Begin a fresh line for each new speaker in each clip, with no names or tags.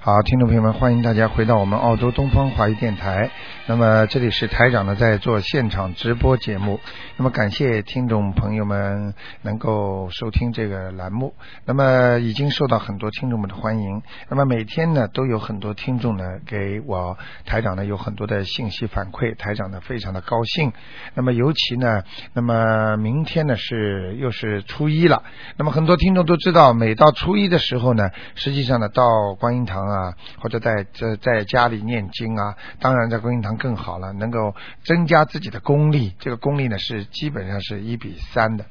好，听众朋友们，欢迎大家回到我们澳洲东方华语电台。那么这里是台长呢在做现场直播节目。那么感谢听众朋友们能够收听这个栏目。那么已经受到很多听众们的欢迎。那么每天呢都有很多听众呢给我台长呢有很多的信息反馈，台长呢非常的高兴。那么尤其呢，那么明天呢是又是初一了。那么很多听众都知道，每到初一的时候呢，实际上呢，到观音堂啊，或者在在在家里念经啊，当然在观音堂更好了，能够增加自己的功力。这个功力呢是基本上是一比三的，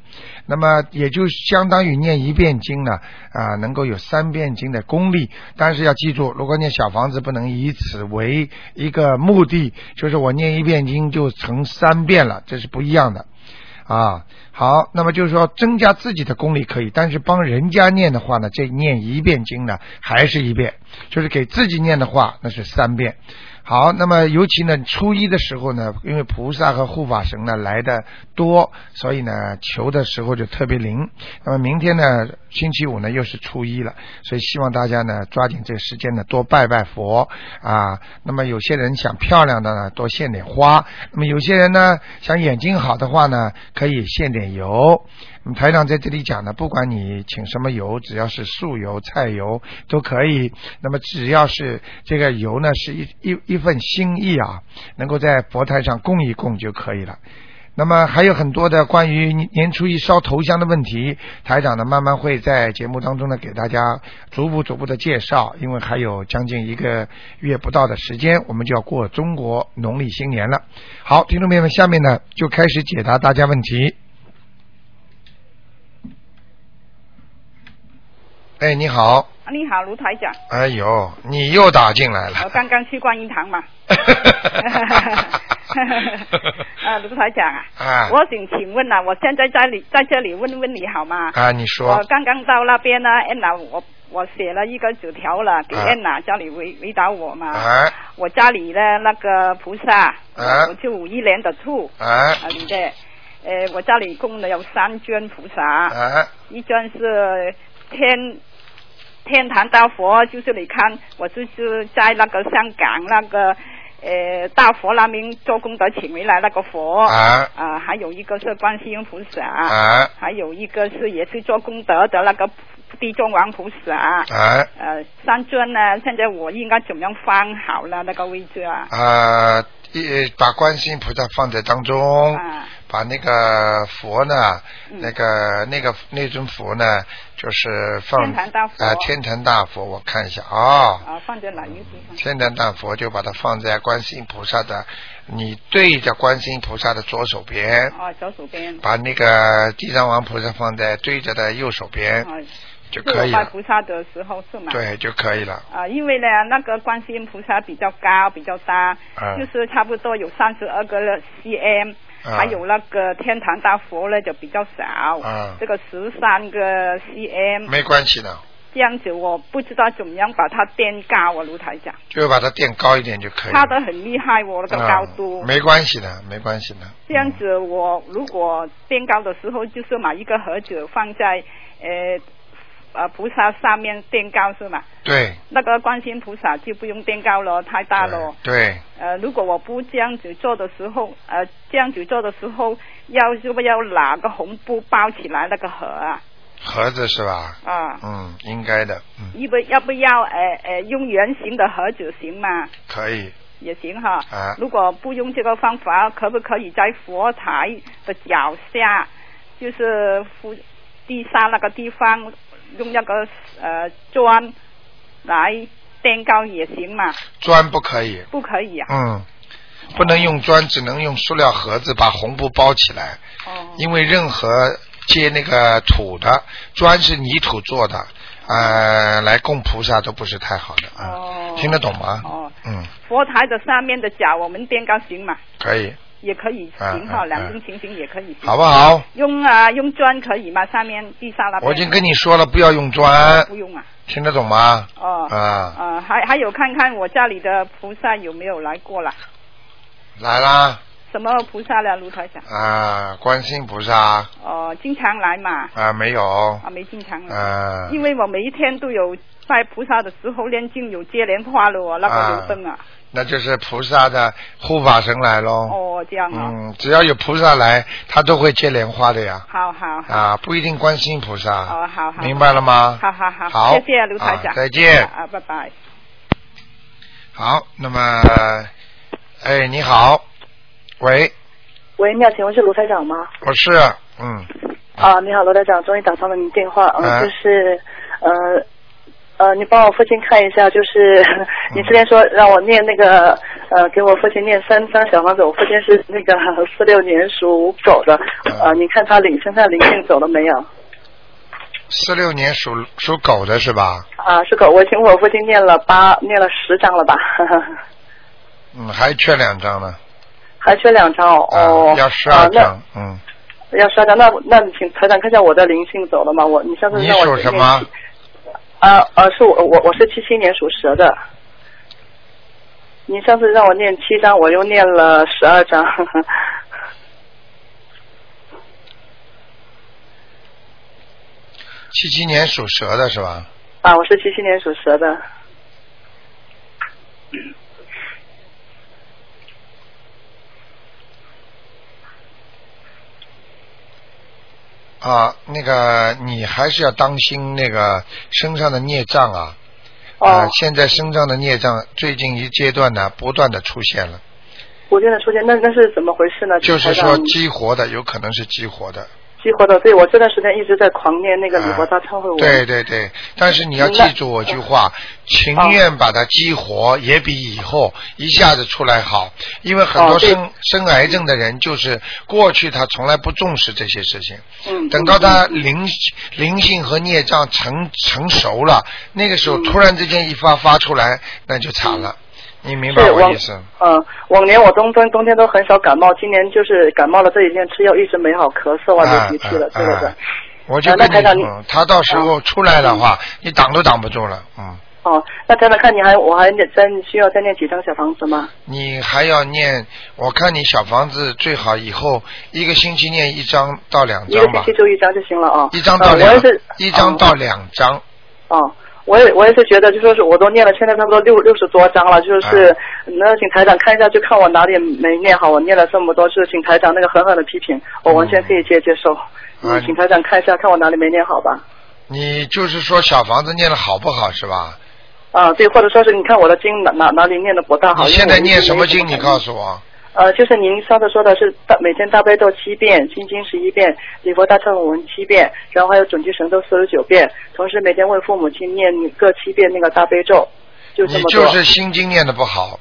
那么也就相当于念一遍经呢啊、能够有三遍经的功力。但是要记住，如果念小房子，不能以此为一个目的，就是我念一遍经就成三遍了，这是不一样的。啊，好，那么就是说增加自己的功力可以，但是帮人家念的话呢，这念一遍经呢还是一遍，就是给自己念的话那是三遍。好，那么尤其呢初一的时候呢，因为菩萨和护法神呢来的多，所以呢求的时候就特别灵。那么明天呢星期五呢又是初一了，所以希望大家呢抓紧这个时间呢多拜拜佛啊。那么有些人想漂亮的呢多献点花，那么有些人呢想眼睛好的话呢可以献点油。那么台长在这里讲呢，不管你请什么油，只要是素油、菜油都可以。那么只要是这个油呢，是一一一份心意啊，能够在佛台上供一供就可以了。那么还有很多的关于年初一烧头香的问题，台长呢慢慢会在节目当中呢给大家逐步逐步的介绍，因为还有将近一个月不到的时间，我们就要过中国农历新年了。好，听众朋友们，下面呢就开始解答大家问题。哎，你好，
啊你好，卢台长，
哎呦，你又打进来了
我，刚刚去观音堂 嘛。 啊，卢台长啊，
啊
我想请问啊，我现在在里在这里问问你好吗？
啊，你说
我，刚刚到那边呢，安娜，我我写了一个纸条了，给
啊
安娜家里回回答我嘛。
哎
我家里呢那个菩萨，
啊
我就五一年的兔，
哎
啊，你的，呃，我家里供了有三尊菩萨。
啊
哎，
一尊是天天坛大佛，就是你看，我就是在那个香港那个呃大佛那边做功德请回来那个佛，啊、
哎
还有一个是观世音菩萨，
哎
还有一个是也是做功德的那个地藏王菩萨。
哎
呃，三尊呢，现在我应该怎么样放好了那个位置啊？
啊，一把观世音菩萨放在当中，
啊，
把那个佛呢，
嗯
那个那个那尊佛呢，就是放
天坛大佛
啊天坛大佛，我看一下啊。
啊，放在哪一个地方？
天坛大佛就把它放在观世音菩萨的，你对着观世音菩萨的左手边，
哦，左手边。
把那个地藏王菩萨放在对着的右手边
哦，
就是可
我
以
拜
了，
菩萨的时候是吗？
对就可以了。
啊、因为呢，那个观世音菩萨比较高，比较大，
嗯
就是差不多有三十二个 cm，、
嗯
还有那个天坛大佛呢就比较少，
嗯
这个十三个 cm，
没关系的，
这样子我不知道怎么样把它垫高啊，卢台长，
就把它垫高一点就可以了。
差得很厉害哦，那个
啊
高度，
没关系的，没关系的。
这样子我如果垫高的时候，就是买一个盒子放在呃呃菩萨上面垫高是吗？
对，
那个观世音菩萨就不用垫高了，太大了。
对，
呃，如果我不这样子做的时候，呃，这样子做的时候，要是不要拿个红布包起来那个盒啊？
盒子是吧？
啊，
嗯，应该的，嗯，
要不要不要呃呃用圆形的盒子行吗？
可以
也行哈。
啊
如果不用这个方法，可不可以在佛台的脚下，就是铺地下那个地方，用那个呃砖来垫高也行嘛？
砖不可以，
不可以啊？
嗯，不能用砖，只能用塑料盒子把红布包起来，
哦。
因为任何接那个土的砖是泥土做的，呃，来供菩萨都不是太好的啊。
哦
听得懂吗？
哦
嗯，
佛台的上面的脚，我们垫高行嘛，
可以，
也可以
嗯
行哈，
嗯
两种情形也可以行。
好不好？
用啊，用砖可以吗？上面地上那边
我已经跟你说了，不要用砖，
不用啊。
听得懂吗？
哦。
啊，
呃，还还有看看我家里的菩萨有没有来过啦？
来啦。
什么菩萨呢，卢台长？
啊，观世音菩萨
哦、经常来嘛？
啊，没有
啊，没经常来，
啊，
因为我每一天都有拜菩萨的时候念经有接莲花了哦，那个
啊
刘灯啊，
那就是菩萨的护法神来喽。
哦，这样啊，
嗯，只要有菩萨来，他都会接莲花的呀。
好好好，
啊，不一定观世音菩
啊
萨，
哦，好好，
明白了吗？
好好好，
好
谢谢刘台
啊
长，
再见
啊，拜拜。
好，那么，哎，你好，喂，
喂，你好，请问是卢台长吗？
我是，嗯，
啊，你好，卢台长，终于打通了您电话，嗯，
哎
就是，呃，呃，你帮我父亲看一下，就是
嗯
你之前说让我念那个，呃，给我父亲念三张小房子，我父亲是那个 四六年属狗的，
啊
呃，你看他领现在灵性走了没有？
四六年属属狗的是吧？
啊，是狗，我请我父亲念了八，念了十张了吧，
嗯，还缺两张呢，
还缺两张哦，哦
啊，要十二
啊
张，嗯，
那要十二张，那那你请台长看一下我的灵性走了吗？我你上次
你
让我
属
去
什
念
么？
啊呃，是我我我是七七年属蛇的。你上次让我念七章，我又念了十二章。
七七年属蛇的是吧？
啊，我是七七年属蛇的。
啊，那个你还是要当心那个身上的孽障啊。
哦，
呃现在身上的孽障最近一阶段呢，不断的出现了，
我现在出现，那那是怎么回事呢？
就是
台长
说激活的，有可能是激活的。
激活的，对我这段时间一直在狂念那个李
啊
伯大忏悔文。
对对对，但是你要记住我句话，
嗯
情愿把它激活，也比以后一下子出来好。因为很多
哦对
生、生癌症的人，就是过去他从来不重视这些事情，
嗯，
等到他灵灵性和孽障成成熟了，那个时候突然之间一发发出来，那就惨了。你明白
嗯是
我
往
意思？
嗯，往年我冬冬冬天都很少感冒，今年就是感冒了这几天吃药一直没好，咳嗽
啊
啊，流鼻涕了，这个
啊
的。
啊！我就
啊
跟
那台长
你
你
嗯，他到时候出来的话，你挡都挡不住了，嗯。
哦，那台长看你还我还得再需要再念几张小房子吗？
你还要念，我看你小房子最好以后一个星期念一张到两
一个
张
星
吧
期，就一张就行了啊。
一张到
呃我
两
也是，
一张到两张，
哦。哦我也我也是觉得，就说是我都念了，现在差不多六六十多张了，就是、
哎
那请台长看一下，就看我哪里没念好，我念了这么多，就是请台长那个狠狠的批评，我完全可以接接受。
啊
嗯，请台长看一下，看我哪里没念好吧。
你就是说小房子念的好不好是吧？
啊，对，或者说是你看我的经哪哪哪里念的不啊大好。
你现在念什么经？
经？
你告诉我。
呃，就是您上次说的是大每天大悲咒七遍，心经十一遍，礼佛大忏悔文七遍，然后还有准提神咒四十九遍，同时每天为父母亲念各七遍那个大悲咒，就这
你
么多。
就是心经念的不好，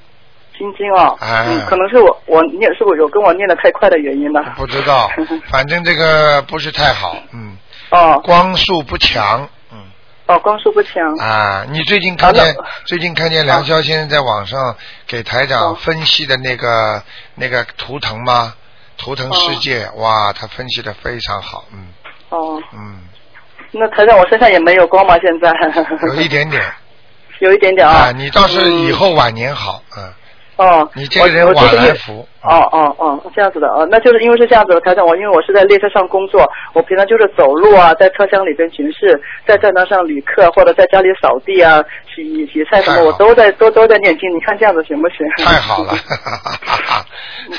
心经哦，
哎
嗯，可能是我我念是我有跟我念的太快的原因呢。
不知道，反正这个不是太好，嗯，
哦
光速不强，嗯
哦，光速不强。
啊，你最近看见
好的
最近看见梁霄先生在网上给台长
哦
分析的那个那个图腾吗？图腾世界，哇，他分析的非常好，嗯
哦，
嗯，
那台长我身上也没有光嘛，现在
有一点点
有一点点
啊，
啊。
你倒是以
嗯
后晚年好，嗯，
哦，
你这个
我
人
我最
晚
近
来
也
福，
哦哦哦，这样子的哦，那就是因为是这样子的，台长，我因为我是在列车上工作，我平常就是走路啊，在车厢里边巡视，在站堂上旅客，或者在家里扫地啊、洗洗菜什
太
么，
好
我都在都都在念经，你看这样子行不行？
太 好了，哈哈哈哈。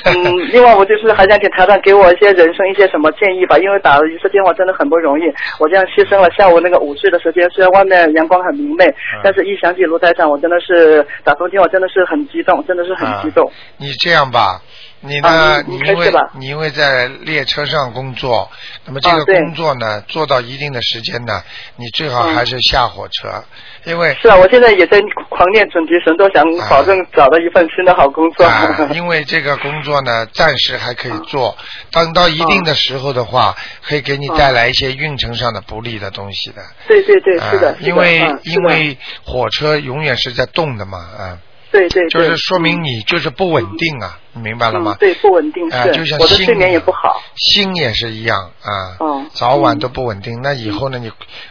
嗯，另外我就是还想请台长给我一些人生一些什么建议吧，因为打了一次电话真的很不容易，我这样牺牲了下午那个午睡的时间，虽然外面阳光很明媚，
嗯
但是一想起卢台长，我真的是打通电话真的是很激动，真的是很激动。
你这样吧，你呢？
啊
你
你
因
开
为
始吧
你因为在列车上工作，那么这
啊
个
对
工作呢，做到一定的时间呢，你最好
嗯
还是下火车， 嗯因为嗯
是啊，我现在也在狂念准提神咒，想保证找到一份新的好工作。
啊，因为这个工作呢，暂时还可以做，等到一定的时候的
啊
话，可以给你带来一些运程上的不利的东西的。
对对对，
啊
是的，是的
因为、
嗯是
因
的
为火车永远是在动的嘛，啊，
对对，对
就是说明你就是不稳定啊，你明白了吗
嗯？对不稳定，
啊
是
就像
我的
心
睡
一
眠也
样
不好。
心也是一样啊，
哦
早晚都不稳定。那以后呢，你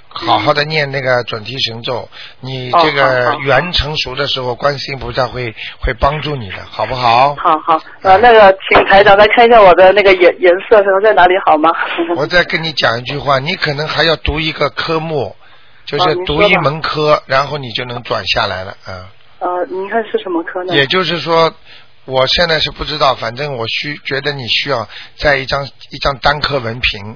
好好的念那个准提神咒，你这
哦好
个
好
缘成熟的时候，观世音菩萨会会帮助你的，好不好？
好好，呃，那个请台长再看一下我的那个颜颜色什么在哪里好吗？
我再跟你讲一句话，你可能还要读一个科目，就是
哦您
读
说
一
吧
门科，然后你就能转下来了，嗯。
呃，您看是什么科呢？
也就是说，我现在是不知道，反正我需觉得你需要在一张一张单科文凭，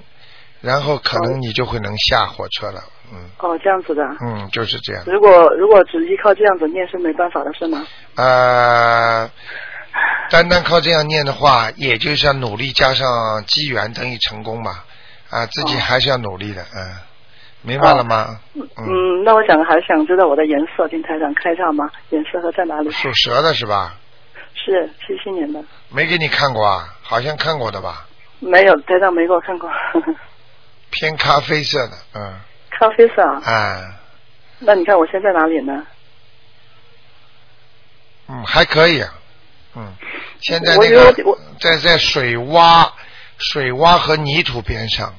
然后可能你就会能下火车了，嗯
哦，这样子的。
嗯，就是这样。
如果如果只依靠这样子念是没办法的，是吗？
呃，单单靠这样念的话，也就是要努力加上机缘等于成功嘛，啊，自己
哦
还是要努力的，嗯，明白了吗？嗯，
嗯，那我想还想知道我的颜色，金台长看一下吗？颜色和在哪里？
属蛇的是吧？
是七七年的，
没给你看过啊，好像看过的吧？
没有，台长没给我看过。
偏咖啡色的，嗯，
咖啡色啊，
啊。
那你看我现在哪里呢？
嗯，还可以、啊。嗯，现在
我
那
有
个
我
在在水洼、水洼和泥土边上，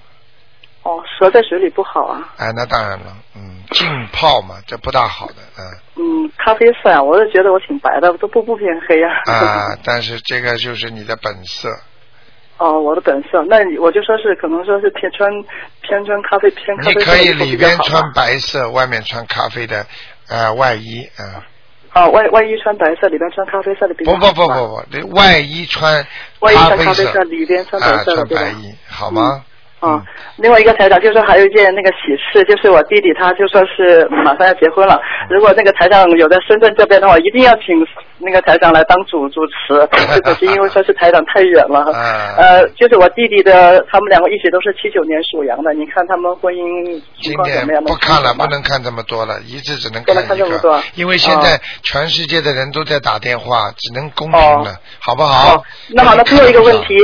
哦，蛇在水里不好啊。
哎，那当然了，嗯，浸泡嘛，这不大好的， 嗯
嗯，咖啡色啊，我是觉得我挺白的，都不不偏黑啊。
啊，但是这个就是你的本色，
哦，我的本色，那你我就说是可能说是偏穿偏穿咖啡偏 咖
你
啡色
可以
的衣服
里
比较
边
好
穿
吧
白色，外面穿咖啡的呃外衣，嗯、
啊，外外衣穿白色，里边穿咖啡色的比较
不
好
不不
吧
不不，这外衣穿
外衣穿咖
啡
啡色里边穿白
啊
色的
穿
对吧
白衣，好吗？
啊，另外一个台长就是还有一件那个喜事，就是我弟弟他就说是马上要结婚了。如果那个台长有在深圳这边的话，一定要请那个台长来当主主持，只是因为说是台长太远了。
啊
呃，就是我弟弟的，他们两个一直都是七九年属羊的，你看他们婚姻情
今
况怎
天
么样？
不看了，
能清楚吗
不能看这么多了，一次只能
不
看
能看
一
这么多
个
啊，
因为现在全世界的人都在打电话，只能公平了，好不好
哦？那好，那最后一个问
啊
题，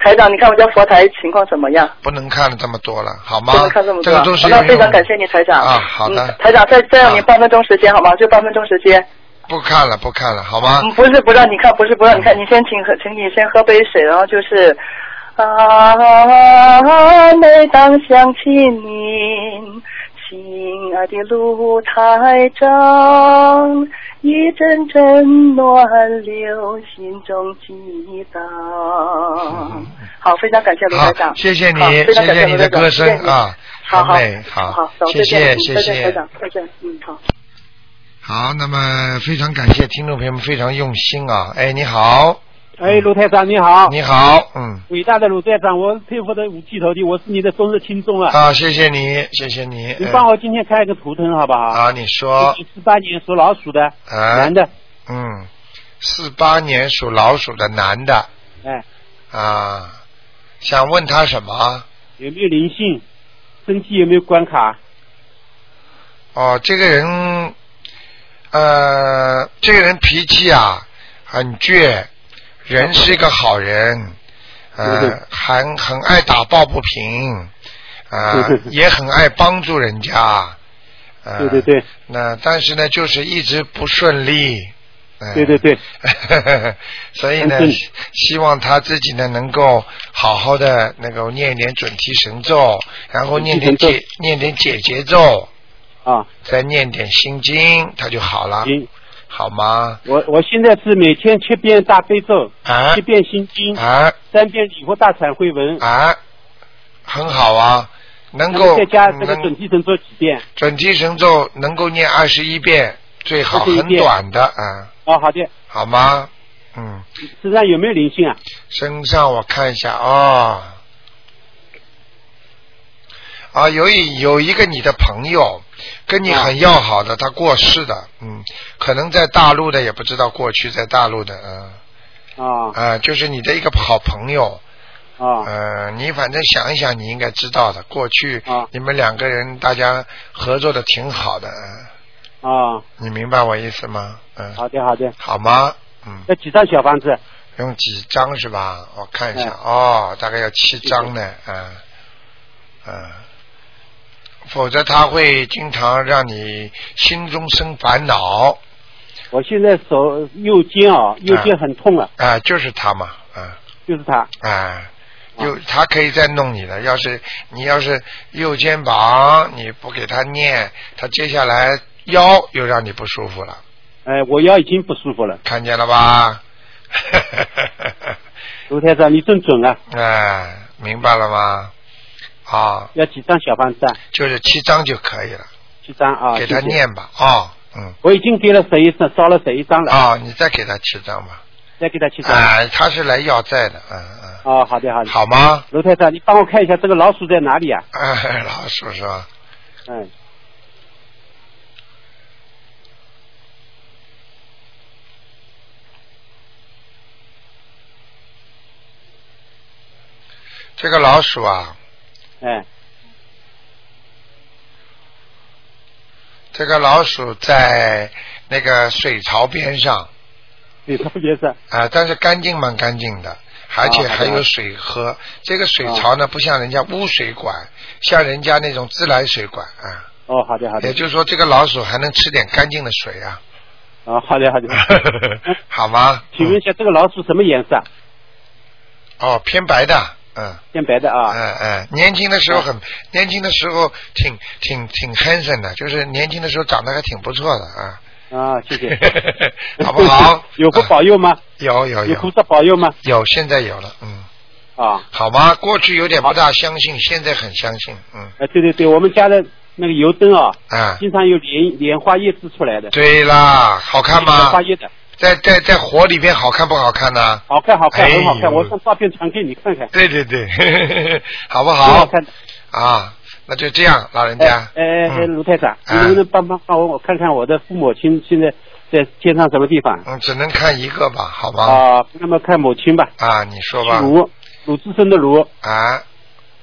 台长，你看我家佛台情况怎么样？
不能看了这么多了，好吗
不能看这么？
这
多
个
啊，
都是
好那
用
非常感谢你，台长
啊，好
嗯
的，
台长，再再让你
啊
半分钟时间好吗？就半分钟时间。
不看了，不看了，好吗？
嗯，不是不让你看，不是不让你看，你先请喝，请你先喝杯水，然后就是啊，每当想起您，亲爱的卢台长，一阵阵暖流心中激荡。好，非常感谢卢台
好
长，，
谢谢你
好，非
谢
常感
谢
卢
你
台
的
长
歌声
谢谢你
啊，
好
很
好
美，
好，走
谢谢
再见
谢
嗯再见
谢
台。长，再见，嗯，好。
好，那么非常感谢听众朋友们非常用心啊！哎，你好，
哎，卢台长你好，
你好，嗯，
伟大的卢台长，我佩服的五体投地，我是你的忠实听众了。
啊，谢谢你，谢谢你。
你
嗯
帮我今天看一个图腾好不好？
啊，你说，
四八年属老鼠的，
啊
男，的，
嗯，四八年属老鼠的男的
哎，
啊，想问他什么？
有没有灵性？身体有没有关卡？
哦，这个人，呃，这个人脾气啊很倔，人是一个好人，
对
呃
对，
很很爱打抱不平，啊、
对对对
也很爱帮助人家，呃，
对对对，
那但是呢，就是一直不顺利。嗯
对对对，
所以呢
嗯，
希希望他自己呢能够好好的能够念一点准提神咒，然后念点
准提
解念点解结咒，
啊，
再念点心经，他就好了，
行，
好吗？
我我现在是每天七遍大悲咒，
啊
七遍心经，
啊
三遍礼佛大忏悔文，
啊，很好啊，能
然后
够
再加这个准
能
提神咒几遍。
准提神咒能够念二十一遍，最好
21
很
遍
短的啊，
哦，好的，
好吗？嗯，
身上有没有灵性啊？
身上我看一下啊、哦啊，有一有一个你的朋友跟你很要好
啊
的，他过世的，嗯，可能在大陆的也不知道过去在大陆的，嗯、
啊
啊、就是你的一个好朋友，
啊
呃，你反正想一想，你应该知道的，过去
啊
你们两个人大家合作的挺好的，呃
啊！
你明白我意思吗？嗯、
好的好的，
好吗？嗯，
要几张小房子？
用几张是吧？我看一下，
嗯
哦，大概要七张呢，嗯嗯，否则他会经常让你心中生烦恼啊、
我现在手右肩啊，右肩很痛啊，
就是他嘛，啊、
就是它。
啊，右他可以再弄你的。要是你要是右肩膀你不给他念，他接下来腰又让你不舒服了，
哎、我腰已经不舒服了。
看见了 吧？
卢台长，你真准啊！
哎，明白了吗？啊，
要几张小房子啊？
就是七张就可以了。
七张啊，
给他
谢谢。
念吧啊，嗯
我已经给了十一张，烧了十一张了，
啊，你再给他七张吧。
再给他七张。
啊，他是来要债的，嗯嗯，
哦，好的好的。
好吗？
卢太太，你帮我看一下这个老鼠在哪里啊？
啊，老鼠是吧？
嗯，
这个老鼠啊，
哎，
这个老鼠在那个水槽边上
你特别是
啊，但是干净蛮干净的，而
啊
且还有水喝。这个水槽呢，不像人家污水管，像人家那种自来水管啊。
哦，好的好的
也，就是说，这个老鼠还能吃点干净的水啊，
哦，好的好的。
好吗？
请问一下，这个老鼠什么颜色啊？
哦，偏白的，嗯。
偏白的啊。
嗯嗯，年轻的时候很，年轻的时候挺挺挺 handsome 的，就是年轻的时候长得还挺不错的啊，
啊，谢谢。
好不好
？有不
啊
保佑吗？
有有
有菩
有
萨保佑吗？
有，现在有了，嗯，
啊，
好吗？过去有点不大相信，现在很相信，嗯
哎，对对对，我们家的那个油灯啊，
啊，
经常有莲莲花叶子出来的。
对啦，好看
莲
吗
花？叶的，
在在在火里边好看不好看呢、
好看好看，
哎呦
很好看，我送照片传给你看看。
对对 对，好不
挺好
好？
看的。
啊，那就这样，老人
哎
家，
哎哎，
嗯
卢台长，
哎
你能不能帮帮帮我，我看看我的父母亲现在在天上什么地方？
嗯，只能看一个吧，好吗？
啊，那么看母亲吧，
啊，你说吧，
鲁鲁智深的鲁，
啊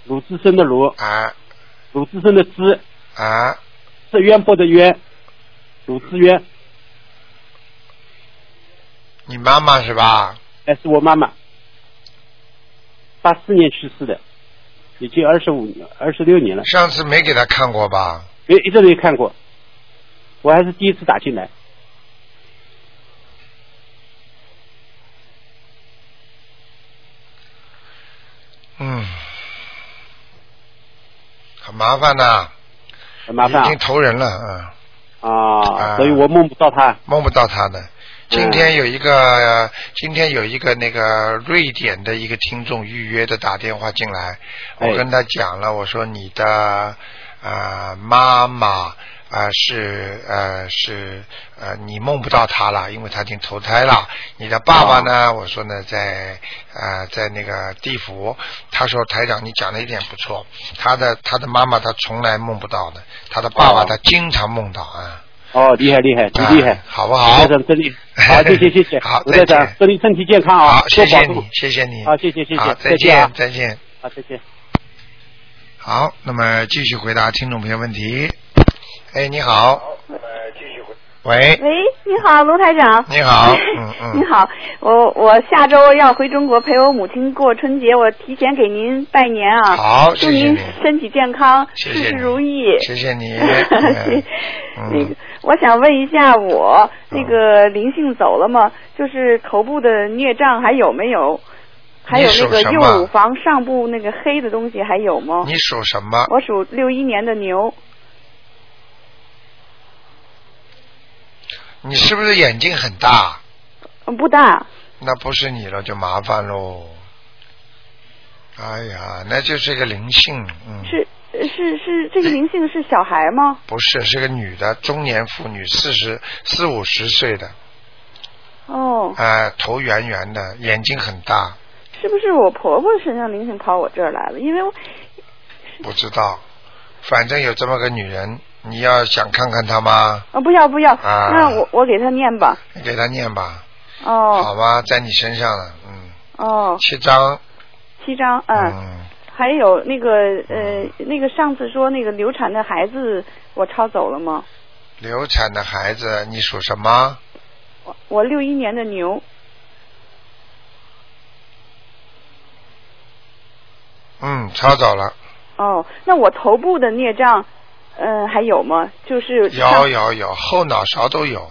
鲁智深的鲁，
啊
鲁智深的智，
啊，
是渊博的渊，鲁智渊，
你妈妈是吧？
哎，是我妈妈，八四年去世的，已经二十五二十六年了，
上次没给她看过吧？
没一直没看过，我还是第一次打进来。
嗯，很麻烦呐、
很麻
已
烦
经投人了，嗯。
啊，
啊
啊所以我梦不到他。
摸不到他的。今
嗯
天有一个、呃今天有一个那个瑞典的一个听众预约的打电话进来，
哎
我跟他讲了，我说你的呃妈妈啊、呃是呃是呃你梦不到她了，因为她已经投胎了。你的爸爸呢？
哦
我说呢在呃在那个地府，他说台长你讲的一点不错，他的他的妈妈他从来梦不到的，他的爸爸
哦
他经常梦到啊，
哦，厉害厉害，
啊
你厉害，
好不
卢
好
台？长 真厉害。好，谢谢谢谢，
好
卢台
再
长
见，
祝你身体健康啊，
好，谢谢
多保
你
重，
谢谢你。
好，谢谢谢
好
谢，
再
见啊
见，，再见。
好，再见。
好，那么继续回答听众朋友问题。哎，你好。喂，
喂，你好，卢台长。
哎你好 嗯嗯
你好，我我下周要回中国陪我母亲过春节，我提前给您拜年啊。
好
祝
谢谢
您
你
身体健康，
谢
事
谢
事
你
如意。
谢谢 你。
谢
嗯
那个
嗯，
我想问一下我，那个灵性走了吗？就是头部的孽障还有没有？还有那个
你属什么
右乳房上部那个黑的东西还有吗？
你属什么？
我属六一年的牛，
你是不是眼睛很大？
嗯不大。
那不是你了，就麻烦喽。哎呀，那就是一个灵性，嗯，
是是是，这个灵性是小孩吗？
不是是个女的，中年妇女，四十四五十岁的，
哦，
啊，头圆圆的，眼睛很大，
是不是我婆婆身上灵性跑我这儿来了？因为我
不知道，反正有这么个女人，你要想看看她吗？
啊不要不要，
啊
那我我给她念吧。
你给她念吧，
哦
好吧，在你身上了，嗯，
哦，
七张，
七张，嗯，
嗯，
还有那个呃，那个上次说那个流产的孩子，我抄走了吗？
流产的孩子，你属什么？
我我六一年的牛，
嗯，超走了，
哦，那我头部的孽障，嗯、还有吗？就是上
有有有，后脑勺都有。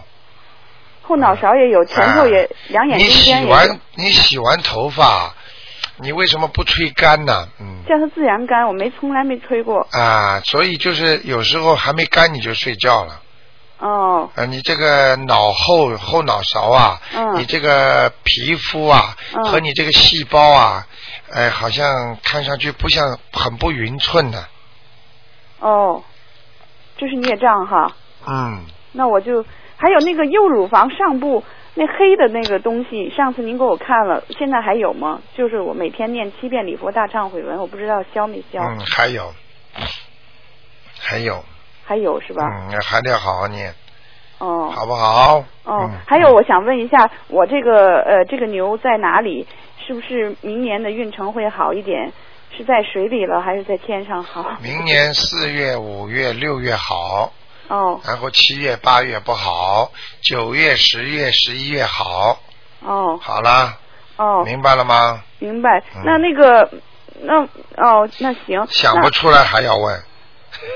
后脑勺也有，前头也，两眼
嗯你
中间
洗
也有
完，你洗完头发，你为什么不吹干呢？嗯。
叫它自然干，我没从来没吹过。
啊，所以就是有时候还没干你就睡觉了。
哦，
呃，你这个脑后后脑勺啊，
嗯
你这个皮肤啊、
嗯
和你这个细胞啊，呃，好像看上去不像很不匀称的，
哦，这是孽障哈。
嗯，
那我就还有那个右乳房上部那黑的那个东西，上次您给我看了，现在还有吗？就是我每天念七遍礼佛大忏悔文，我不知道消没消，
嗯，还有，还有，
还有是吧？
嗯，还得好好念，
哦
嗯好不好？
哦
嗯，
还有我想问一下，我这个呃这个牛在哪里？是不是明年的运程会好一点？是在水里了还是在天上好？
明年四月、五月、六月好，
哦
然后七月、八月不好，九月、十月、十一月好，
哦
好啦，
哦，
明白了吗？
明白
嗯。
那那个那哦那行，
想
那
不出来还要问。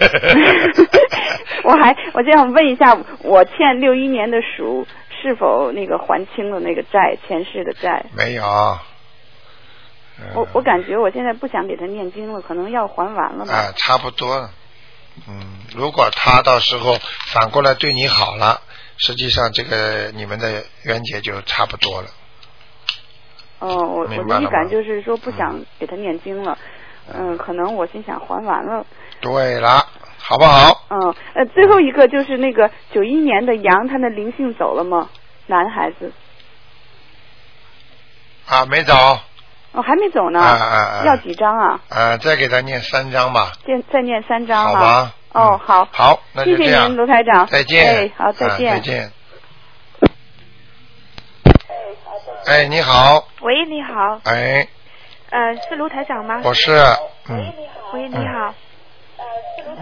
我还我就想问一下，我欠六一年的鼠是否那个还清了那个债，前世的债？
没有。嗯哎呃
我我感觉我现在不想给他念经了，可能要还完了吧。
啊，差不多了。嗯，如果他到时候反过来对你好了，实际上这个你们的冤结就差不多了。
哦，我我
明白
的预
了
感
吗
就是说不想给他念经了，嗯，可能我心想还完了，
对了，好不好？
嗯，呃，最后一个就是那个九一年的羊，他的灵性走了吗？男孩子，
啊，没走。
哦，还没走呢，
啊啊啊
要几张啊？
啊，再给他念三章吧，
再再念三张
好
哈、
吧？
哦
嗯，
好，
好，那就
谢
这
谢
样。
您，卢台长。
再见。
哎，好，再见。
啊再见。哎，你好，
喂，你好，
哎，
呃，是卢台长吗？
我是，嗯，
喂，你好。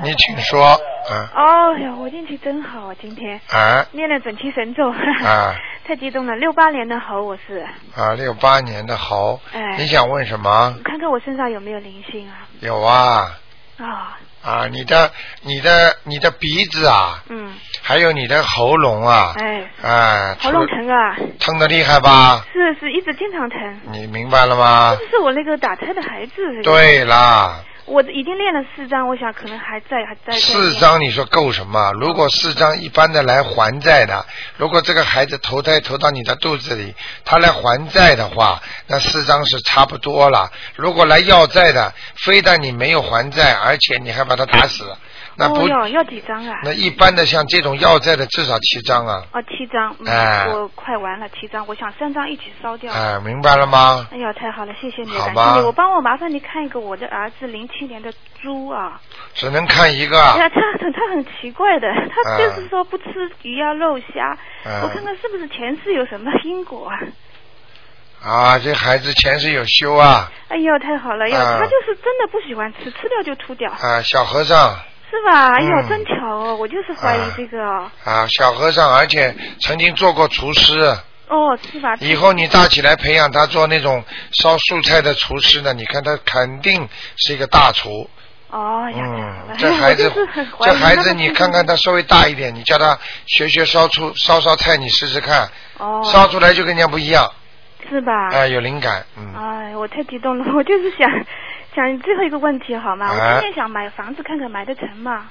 你请说，啊
哦哟，我运气真好啊，今天
啊
念了准提神咒，
啊
太激动了。六八年的猴，我是，
啊！六八年的猴，
哎
你想问什么？
看看我身上有没有灵性啊？
有啊
啊、
啊！你的、你的、你的鼻子啊，
嗯，
还有你的喉咙啊，
哎，
啊，
喉咙疼啊，
疼的厉害吧？
是是，一直经常疼。
你明白了吗？
这是我那个打胎的孩
嗯
子，，
啊对啦，
我已经练了四张，我想可能还在还在。在
四
练。
张你说够什么？如果四张一般的来还债的，如果这个孩子投胎投到你的肚子里，他来还债的话，那四张是差不多了。如果来要债的，非但你没有还债，而且你还把他打死，那不、
哦哟，要几张啊？
那一般的像这种要债的至少七张啊，
哦，七张，嗯，
哎
我快完了七张，我想三张一起烧掉。
哎，明白了吗？
哎呀，太好了，谢谢你，
好
感
吧
谢你。我帮我麻烦你看一个我的儿子零七年的猪啊，
只能看一个
哎
啊，
呀，他很他很奇怪的，他
啊
就是说不吃鱼啊肉虾，
啊
我看看是不是前世有什么因果啊？
啊，这孩子前世有修啊，
哎呦，太好了，哎呦，
啊
他就是真的不喜欢吃，吃掉就吐掉，
啊，小和尚
是吧？哎呦，
嗯
真巧哦，我就是怀疑
啊
这个哦，
啊，小和尚，而且曾经做过厨师。
哦，是吧？
以后你大起来培养他做那种烧蔬菜的厨师呢，你看他肯定是一个大厨。
哦呀，太好
嗯
了，，
这
哎
孩子
我就是很怀疑
这孩子，
他
你看看他稍微大一点，你叫他学学烧出烧烧菜，你试试看，
哦，啊
烧出来就跟人家不一样，
是吧？
哎，有灵感，嗯，
哎，我太激动了， 我就是想想最后一个问题好吗？
哎
我今天想买房子看看买得成吗？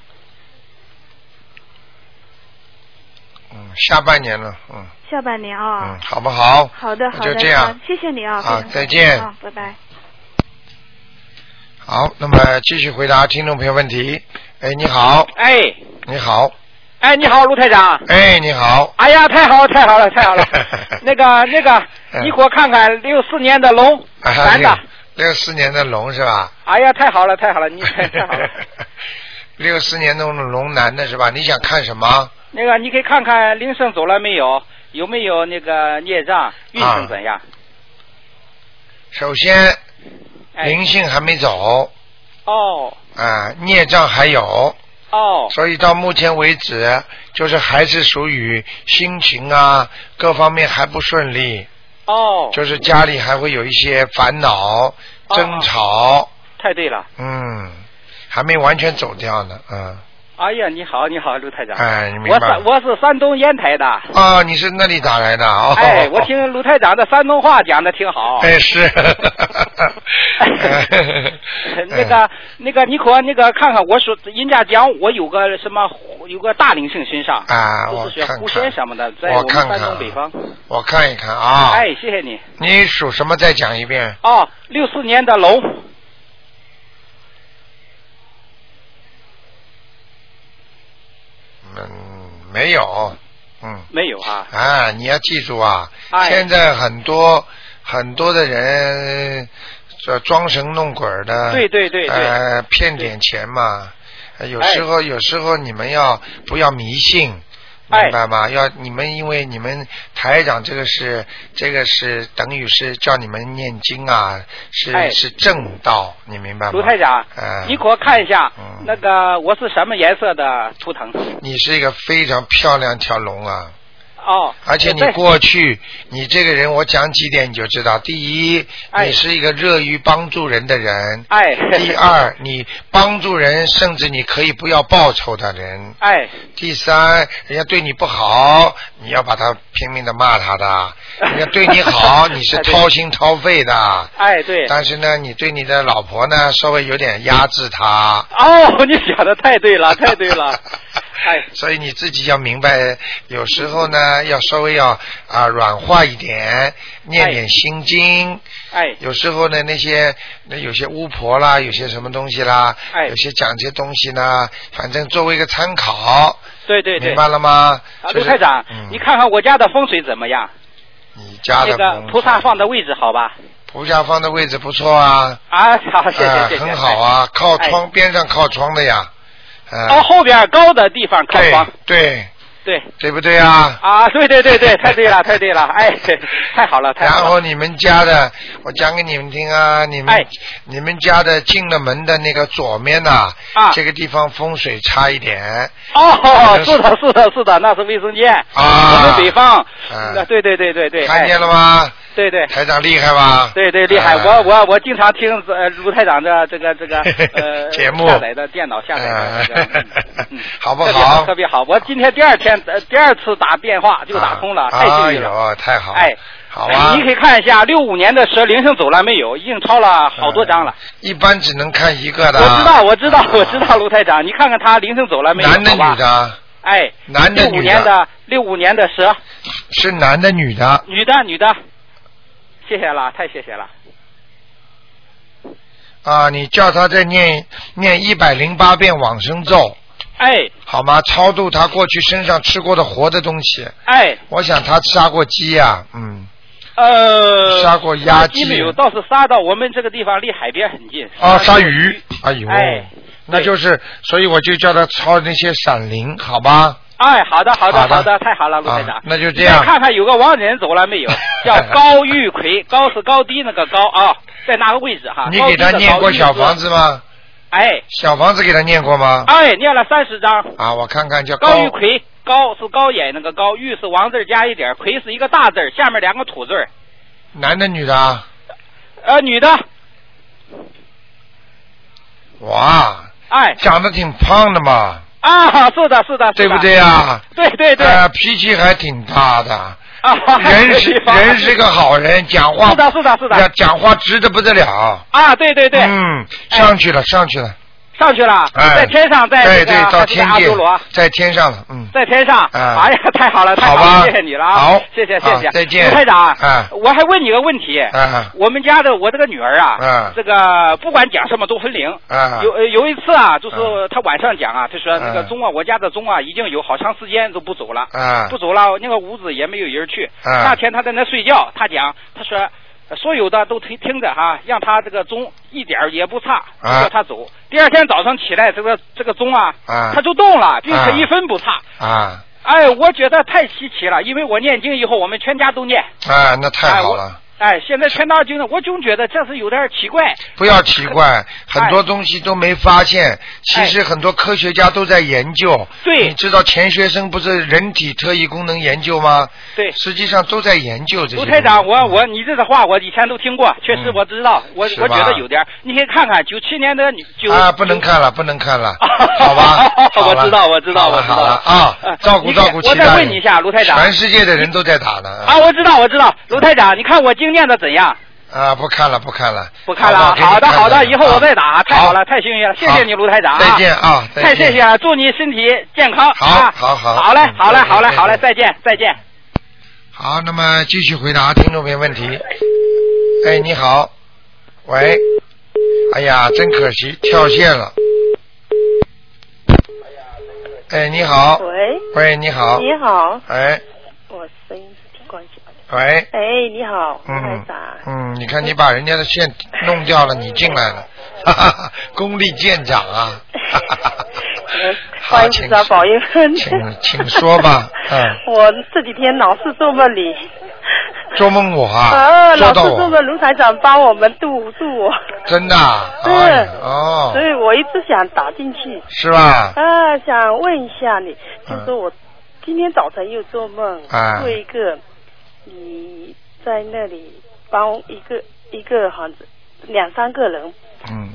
嗯，下半年了，嗯
下半年啊、
嗯，好不好？
好的
那
好的，
就这样
好谢谢你
好
啊、非常
再见
啊，拜拜。
好，那么继续回答听众朋友问题。哎，你好，
哎
你好，
哎，你好，卢台长。
哎，你 好，。
哎呀，太好了，太好了，太好了 那个那个，
嗯
你给我看看六四年的龙
啊
男的。
六六四年的龙是吧？
哎呀，太好了，太好了，你太 好了。
六四年的龙男的是吧？你想看什么？
那个，你可以看看铃声走了没有？有没有那个孽障？运
啊
程怎样？
首先，
哎
灵，性还没走
哦
啊、孽障还有，
哦
所以到目前为止，就是还是属于心情啊各方面还不顺利，
哦，
就是家里还会有一些烦恼、争吵，
太对了。
嗯，还没完全走掉呢，嗯，
哎呀，你好，你好，卢台长。
哎，你明
我
白
山
了？
我是山东烟台的，
啊，你是那里打来的啊？哦、
哎，我听哦卢台长的山东话讲的挺好。
哎， 是。
哎那个
哎
那个，你可那个看看，我说人家讲我有个什么，有个大灵性身上，
啊，
就
我
是学
看
狐
看
仙什么的，在
我
们
看看
山东北方。
我看一看啊。
哎，谢谢你。
你属什么？再讲一遍。
哦，六四年的龙，
嗯，没有，嗯，
没有哈、
啊，你要记住啊，
哎
现在很多很多的人这装神弄鬼儿的，
对对对对
呃，骗点钱嘛。呃有时候，有时候你们要不要迷信？
哎
明白吗？要你们，因为你们台长这个是这个是等于是叫你们念经啊，是、
哎
是正道，你明白吗？
卢台长，
哎
你给我看一下、
嗯
那个我是什么颜色的图腾？
你是一个非常漂亮条龙啊。
哦，
而且你
对
过去，你这个人，我讲几点你就知道。第一，
哎
你是一个乐于帮助人的人；
哎，
第二，你帮助人，甚至你可以不要报酬的人；
哎，
第三，人家对你不好，你要把他拼命的骂他 的；人家对你好，你是
哎对
掏心掏肺的。
哎对，
但是呢，你对你的老婆呢，稍微有点压制她。
哦，你想的太对了，太 对了，哎，
所以你自己要明白，有时候呢，要稍微要啊、软化一点，念点心经。
哎，
有时候呢，那些那有些巫婆啦，有些什么东西啦，
哎
有些讲些东西呢，反正作为一个参考，
对对对
明，白了吗？
啊
就
卢
是
台长、
嗯、
你，看看我家的风水怎么样？
你家的
那个
风
菩萨放的位置好吧？
菩萨放的位置不错啊，
啊，好，谢谢
呃
谢谢，
很好啊，靠
哎
窗、边上靠窗的呀，
哎。
呃、
哦，后边高的地方靠窗，
对对
对，
对不对啊？
啊，对对对对，太对了，太对了，哎，太好了，太
然
好了。
后你们家的，我讲给你们听啊，你们、
哎
你们家的进了门的那个左面呐、
啊
这个地方风水差一点，
哦，是的，是的，是的，那是卫生间。我们北方，
嗯
那对对对对对，
啊看见
了，
了吗？
对对。
台长厉害吧？
对对，厉害！
哎
我我我经常听呃卢台长的这个这个呃
节目
下载的电脑下载的这个，
哎
嗯嗯
好不
特别
好
特别好！我今天第二天呃第二次打电话就打通了，太幸运了。
哎呦，太好，
哎，
好啊。
你可以看一下六五年的蛇灵性走了没有？已经超了好多张了。
一般只能看一哎个的。
我知道，我知道
啊，
我知道，卢台长，你看看他灵性走了没有？
男的
好吧
女？的？
哎，
男的
六五
女
年的六五年的蛇，
是男的女的？
女的女的，谢谢了，太谢谢了。
啊，你叫他再念念一百零八遍往生咒，
哎
好吗？超度他过去身上吃过的活的东西。
哎，
我想他杀过鸡呀、嗯，
呃，
杀过鸭
鸡
鸡
没有，倒是杀到我们这个地方离海边很近。
啊，
杀
杀
过
鱼，哎呦，
哎
那就是，所以我就叫他抄那些闪灵，好吧？
哎，好的，好的，
好的
好的，太好了，卢
啊
台长。
那就
你
这样
再看看有个亡人走 了没有？叫高玉奎，高是高低那个高啊，在哪个位置哈？
你给他
高低的高
念过小房？
玉
子吗？啊
字哎
小房子给他念过吗？
哎，念了三十章。
啊，我看看叫
高玉奎，高是高眼那个高，玉是王字儿加一点儿，奎是一个大字儿，下面两个土字儿。
男的女的啊？
呃，女的，
哇，
哎
长得挺胖的嘛，
啊，是的，是的，是的
对不对？啊？
对哎对对，
呃，脾气还挺大的，
啊，
人是
方
人是个好人，讲话
是的，是的，是
要
的，
讲话直的不得了。
啊，对对对，
嗯，
哎
上去了，上去了。
上去了，
哎，
在天上，在
对
那
对，到
个还是在
天
阿
界
修罗，，
在天上了，嗯。
在天上，
嗯
哎呀，太好了，太好
好吧
了，谢谢你了啊，
好
谢谢
啊
谢谢，
再见
卢台长，
嗯
我还问你个问题，
啊
我们家的我这个女儿啊
嗯，
这个不管讲什么都很灵，
啊
有呃有一次啊，就是
嗯
他晚上讲啊，他说那个
嗯
钟啊，我家的钟啊已经有好长时间都不走了，
啊
不走了，那个屋子也没有人去。
嗯
那天他在那睡觉，他讲，他说呃所有的都听听着哈、让他这个钟一点儿也不差，就
啊
叫他走。第二天早上起来，这个这个钟啊，
啊
他就动了，并
啊
且一分不差。
啊
哎，我觉得太稀奇了，因为我念经以后，我们全家都念。
啊，那太好了。
哎，现在全大经呢，我总觉得这是有点奇怪。
不要奇
哎
怪，很多东西都没发现。其实很多科学家都在研究。
对
你知道钱学森不是人体特异功能研究吗？
对，
实际上都在研究这些。
卢台长，我我你这个话我以前都听过，确实
嗯
我知道，我
是吧
我觉得有点儿，你可以看看九七年的女九，
啊，不能看了，不能看了 好吧？好
我
了
知道我知
好
道
了
我知道
好了啊
呃，
照顾
你看
照顾其
我
他
再
人。
问你一下卢台长
全世界的人都在打呢。
啊，我知道我知道，卢台长，你看我经念的怎样？
啊，不看了，不看了，
不看了啊，
好
好的好的，
给你看看
以后我再打，
啊
太好了，太幸运了，谢谢你卢台长啊，
再见啊，再
太
见
谢谢了，祝你身体健康，
好
啊
好好
好嘞
嗯
好
再
嘞
见
好嘞好嘞，
再
再见再见。
好，那么继续回答听众朋友问题。哎，你好，喂，哎呀，真可惜，跳线了。哎，你好。
喂。
喂，你好。
哦你好。
哎，
我声音是挺关系吧？
喂。
哎，你好，
嗯
台长。
嗯，你看你把人家的线弄掉了，
嗯
你进来了，哈哈哈，功力见长 啊！
不好意思啊，宝英芬。
请请说吧，嗯，
我这几天老是做梦里，
做梦我啊，
啊，
做
老
到
是做
我，
梦，卢台长帮我们度度我，
真的啊，
对
哎呀哦
所，以我一直想打进去。
是 吧？
啊，想问一下你，就
嗯
说我今天早晨又做梦，
啊
做一个你在那里帮一个一个好像两三个人
嗯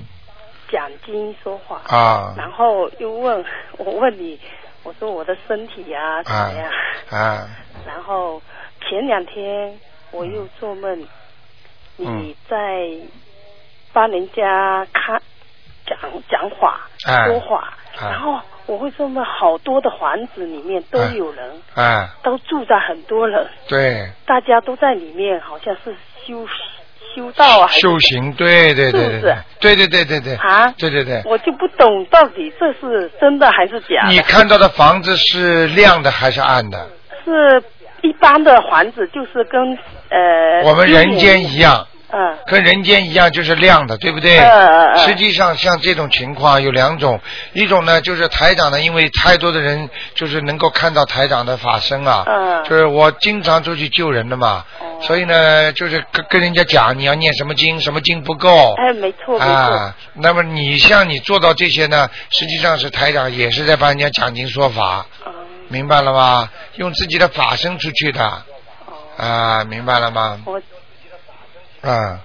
讲经说话，
啊
然后又问我问你，我说我的身体呀、怎么样？
啊，
然后前两天我又做梦，
嗯
你在帮人家看讲讲法、
哎
说话，
哎
然后我会做梦，好多的房子里面都有人，
哎，
都住着很多人，
对，
大家都在里面，好像是修修道啊，还是
修行，对对对
是不是
对对对对对对，
啊
对对对，
我就不懂到底这是真的还是假的。
你看到的房子是亮的还是暗的？
是一般的房子，就是跟呃
我们人间一，样，
嗯
跟人间一样就是亮的，对不对？
嗯嗯嗯
实际上，像这种情况有两种，一种呢就是台长呢，因为太多的人就是能够看到台长的法身啊，
嗯哦
就是我经常出去救人的嘛，所以呢就是跟跟人家讲你要念什么经，什么经不够，
哎，没错没错，
啊，那么你像你做到这些呢，实际上是台长也是在帮人家讲经说法，
哦
明白了吗？用自己的法身出去的，啊，明白了吗？
哦我
啊，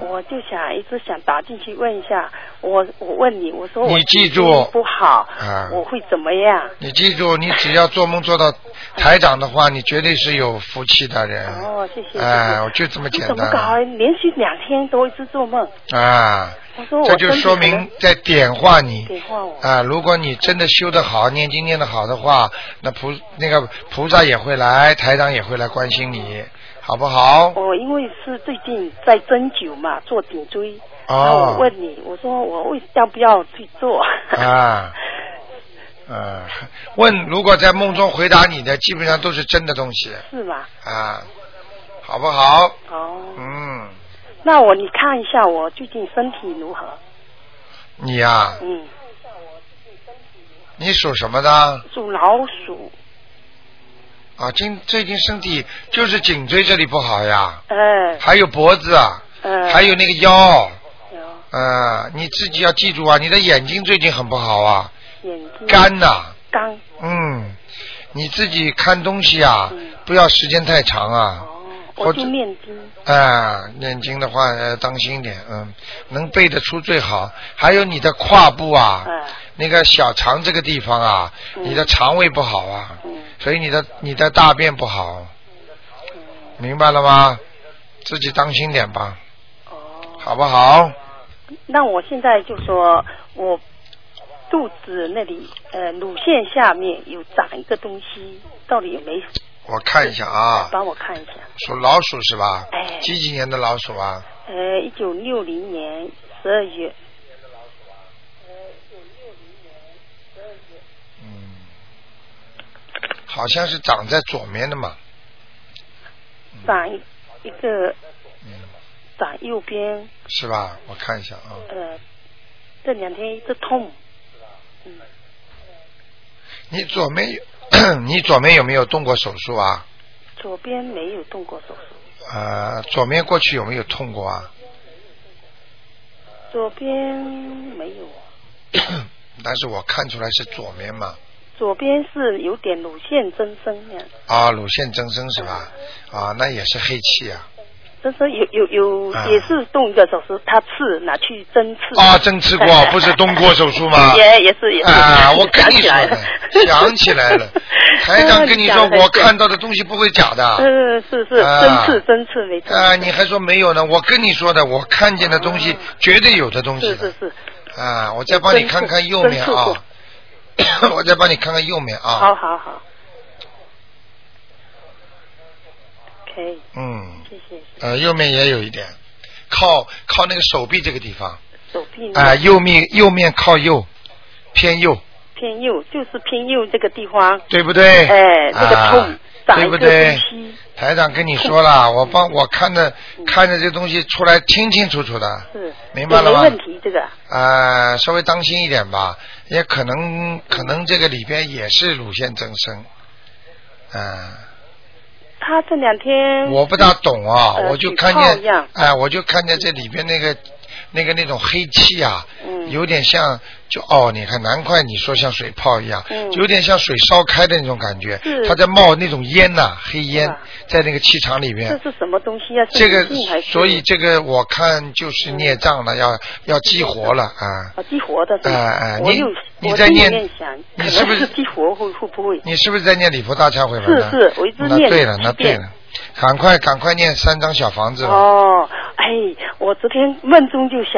我就想一直想打进去问一下，我我问你，我说我
你记
记
住
忆不好，
啊
我会怎么样？
你记住，你只要做梦做到台长的话，你绝对是有福气的人。
哦，谢谢谢谢。
哎，我就这么
你
简
怎么搞？
单
连续两天都一直做梦，
啊！
我说我
这就
身体
说
可
明
能
在点化你。
点化我。
啊，如果你真的修得好，念经念得好的话，那菩那个菩萨也会来，台长也会来关心你，好不好？
我哦因为是最近在针灸嘛，做颈椎。然后我
哦，
问你，我说我为要不要去做？
啊，呃，问如果在梦中回答你的，基本上都是真的东西
是吗？
啊，好不好？
哦，
嗯，
那我你看一下我最近身体如何？
你呀、
嗯，
你属什么的？
属老鼠，
啊，今最近身体就是颈椎这里不好呀，
哎、
还有脖子，啊，
呃，
还有那个腰，
有
呃，你自己要记住啊，你的眼睛最近很不好啊，
眼睛
干呐、
干
嗯，你自己看东西啊
嗯，
不要时间太长啊，
哦，
或
我
者
就念经
啊，念经的话呃当心点，嗯，能背得出最好。还有你的胯部啊，
哎
那个小肠这个地方啊，
嗯
你的肠胃不好啊，
嗯
所以你的你的大便不好，明白了吗？自己当心点吧，
哦。
好不好？
那我现在就说我肚子那里呃乳腺下面有长一个东西，到底有没有？
我看一下啊，
帮我看一下。
属老鼠是吧？
哎
几几年的老鼠啊？
呃，一九六零年十二月，
嗯，好像是长在左面的嘛。
长一一个
嗯，
长右边，
是吧？我看一下啊，
呃，这两天一直痛，
你左面 有，你左面有没有动过手术啊？
左边没有动过手术，
呃，左面过去有没有痛过啊？
左边没有，
但是我看出来是左面嘛，
左边是有点乳腺增生那样，
啊，乳腺增生是吧？啊，那也是黑气啊，
增生有有有、
啊
也是动一个手术，他刺拿去针刺。
啊，针刺过，不是动过手术吗？
也也是也是。
啊，我跟
想
你
起
说
来
的
了，
想起来 了，台长跟你
啊
说
想起来
我 看到的东西不会假的。
呃，是是，
啊
针刺针刺没错。
啊，你还说没有呢？我跟你说的，我看见的东西绝对有的东西
是
的。
是是，
啊，我再帮你看看右面
真是
啊， 我再帮你看看右面啊。
好好好。OK，
嗯，
谢谢。
呃，右面也有一点，靠靠
嗯
那个手臂这个地方，啊
手臂
啊、右面右面靠右，偏右，
偏右，就是偏右这个地方。
对不对？
哎，这个痛
啊，
长
对
一
不
个
对
东西。？
台长跟你说 了，我帮我看着
嗯
看着这东西出来清清楚楚的，
是，
明白了吗
没问题，这个
啊，稍微当心一点吧，也可能可能这个里边也是乳腺增生，啊。
他这两天
我不大懂啊，
呃
我就
举
看
炮一
见
样，
哎，我就看见这里边那个那个那种黑气啊，
嗯
有点像就哦，你看，难怪你说像水泡一样，
嗯
有点像水烧开的那种感觉
是，
它在冒那种烟呐、黑烟
是吧
在那个气场里
这
面。
是什么东西啊？是
这个
灵性还，是
所以这个我看就是孽障了，要要激活了啊！
啊，激活的是吧？
哎哎
我
你
有
你
我
在
心里
念
面想，
你
可
是不
能
是
激活会会不会？
你是不是在念礼佛大忏悔文呢？啊
是是我一直
那
念
对了，
几
那对
遍
了，赶快赶快念三张小房子了。
哦，哎，我昨天梦中就想，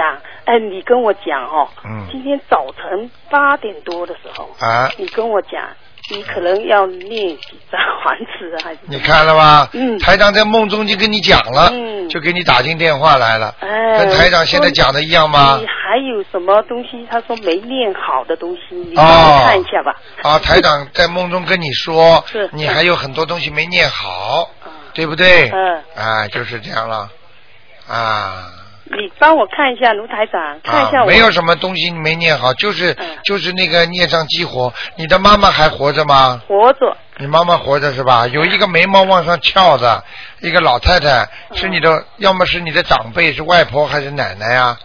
哎，你跟我讲哦，
嗯
今天早晨八点多的时候，
啊，
你跟我讲，你可能要念几张黄纸啊还是？
你看了吧？
嗯
台长在梦中就跟你讲了，
嗯
就给你打进电话来了，
哎嗯
跟台长现在讲的一样吗
你？还有什么东西？他说没练好的东西，你帮
哦
我看一下吧。
啊，台长在梦中跟你说
是，
你还有很多东西没念好，
啊
对不对？
嗯
啊，就是这样了，啊。
你帮我看一下卢台长，看一下
啊，
我。
没有什么东西你没念好，就是、
嗯
就是那个孽障激活。你的妈妈还活着吗？
活着，
你妈妈活着是吧？有一个眉毛往上翘的，一个老太太，
嗯
是你的，要么是你的长辈，是外婆还是奶奶呀、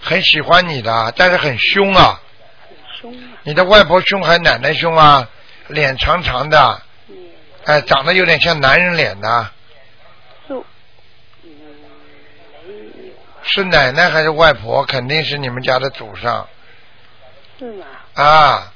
很喜欢你的，但是很凶啊。
凶啊！
你的外婆凶还是奶奶凶啊？脸长长的，
嗯，
哎，长得有点像男人脸的，
就嗯没有
是奶奶还是外婆？肯定是你们家的祖上
是吗？
啊。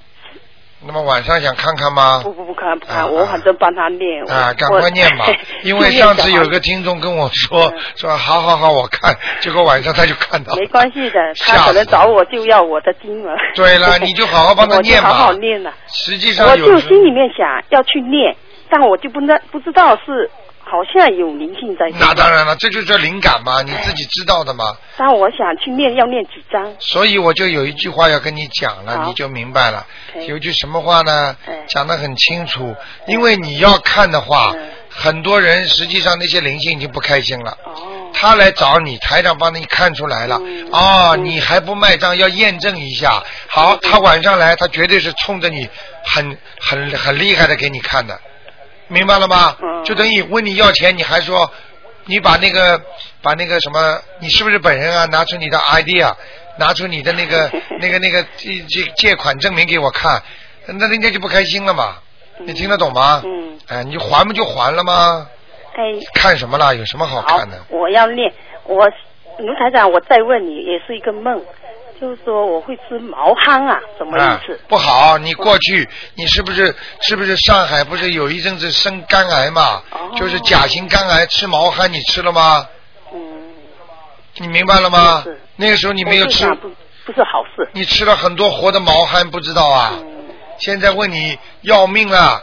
那么晚上想看看吗？
不不不看不
啊
看，我反正帮他念。我，
啊，赶快念吧 因为上次有个听众跟我说
嗯
说，好好好，我看，结果晚上他就看到了。
没关系 的，
吓
他
死
可能找
了
我就要我的经了。
对 了你就好好帮他念吧
我就好好念了。
实际上
我
有
就
时
心里面想要去念，但我就不知道不知道是好像有灵性在。
那当。然了，这就叫灵感嘛，你自己知道的嘛。
但我想去念，要念几张？
所以我就有一句话要跟你讲了，
好
你就明白了。
OK
有句什么话呢
哎？
讲得很清楚，因为你要看的话
嗯，
很多人实际上那些灵性已经不开心了。
哦，
他来找你，台长帮你看出来了，
嗯
哦，你还不卖账，要验证一下。
嗯
好，他晚上来，他绝对是冲着你很很很厉害的给你看的，明白了吗？
嗯
就等于问你要钱，你还说你把那个把那个什么，你是不是本人啊？拿出你的 ID 啊，拿出你的那个那个那个借借借款证明给我看，那人家就不开心了嘛。你听得懂吗？
嗯，
哎，你就还不就还了吗？
哎，
看什么啦？有什么好
好
看的？
我要念。我卢台长，我再问你，也是一个梦，就是说我会吃毛蚶啊，什么
啊
意思？，嗯
不好，你过去你是不是是不是上海不是有一阵子生肝癌嘛？
哦
就是甲型肝癌，吃毛蚶你吃了吗？
嗯，
你明白了吗
是？
那个时候你没有
我就
吃，
想不不是好事。
你吃了很多活的毛蚶，不知道啊？
嗯。
现在问你要命了，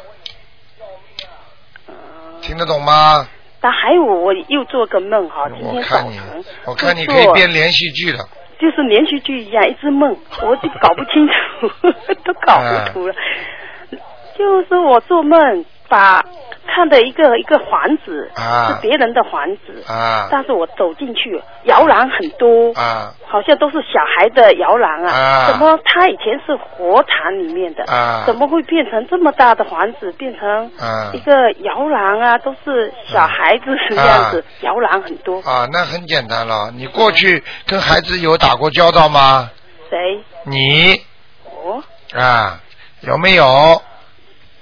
嗯
听得懂吗？
但还有，我又做个梦哈，今
哎我
天
看
早
你
晨，
我看你
就
可以
做
编连续剧了。
就是连续剧一样，一 直梦，我就搞不清楚， 都搞糊
啊
涂了。就是我做梦把看的一个一个房子，
啊
是别人的房子，
啊
但是我走进去，摇篮很多，
啊
好像都是小孩的摇篮啊，
啊
怎么他以前是火场里面的，
啊
怎么会变成这么大的房子，变成
啊
一个摇篮啊，都是小孩子这样子，摇篮很多，
啊！那很简单了，你过去跟孩子有打过交道吗？
谁？
你
哦，
啊，有没有？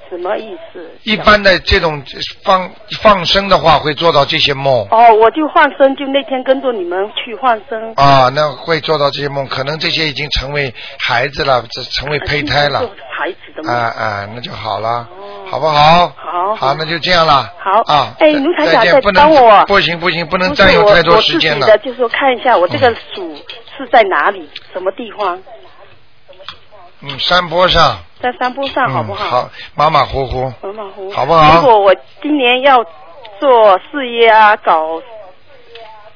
什么意思？
一般的这种放放生的话，会做到这些梦
哦，我就换身，就那天跟着你们去换身。
啊，那会做到这些梦，可能这些已经成为孩子了，这成为胚胎了
呃孩子的
啊
梦。
啊，那就好了
哦，
好不好？
好
好，那就这样了。
好
啊，
哎
再
卢台
再
长
见，
再
不
帮我
能不行不行，不能占用
不是
太
我
多
我自
时
己
间了
的，。就是说看一下我这个鼠是在哪里，什么地方，
嗯，山坡上，
在山坡上好不
嗯，
好？
好，马马虎虎，
马马虎虎
好不好
如果我今年要做事业啊，搞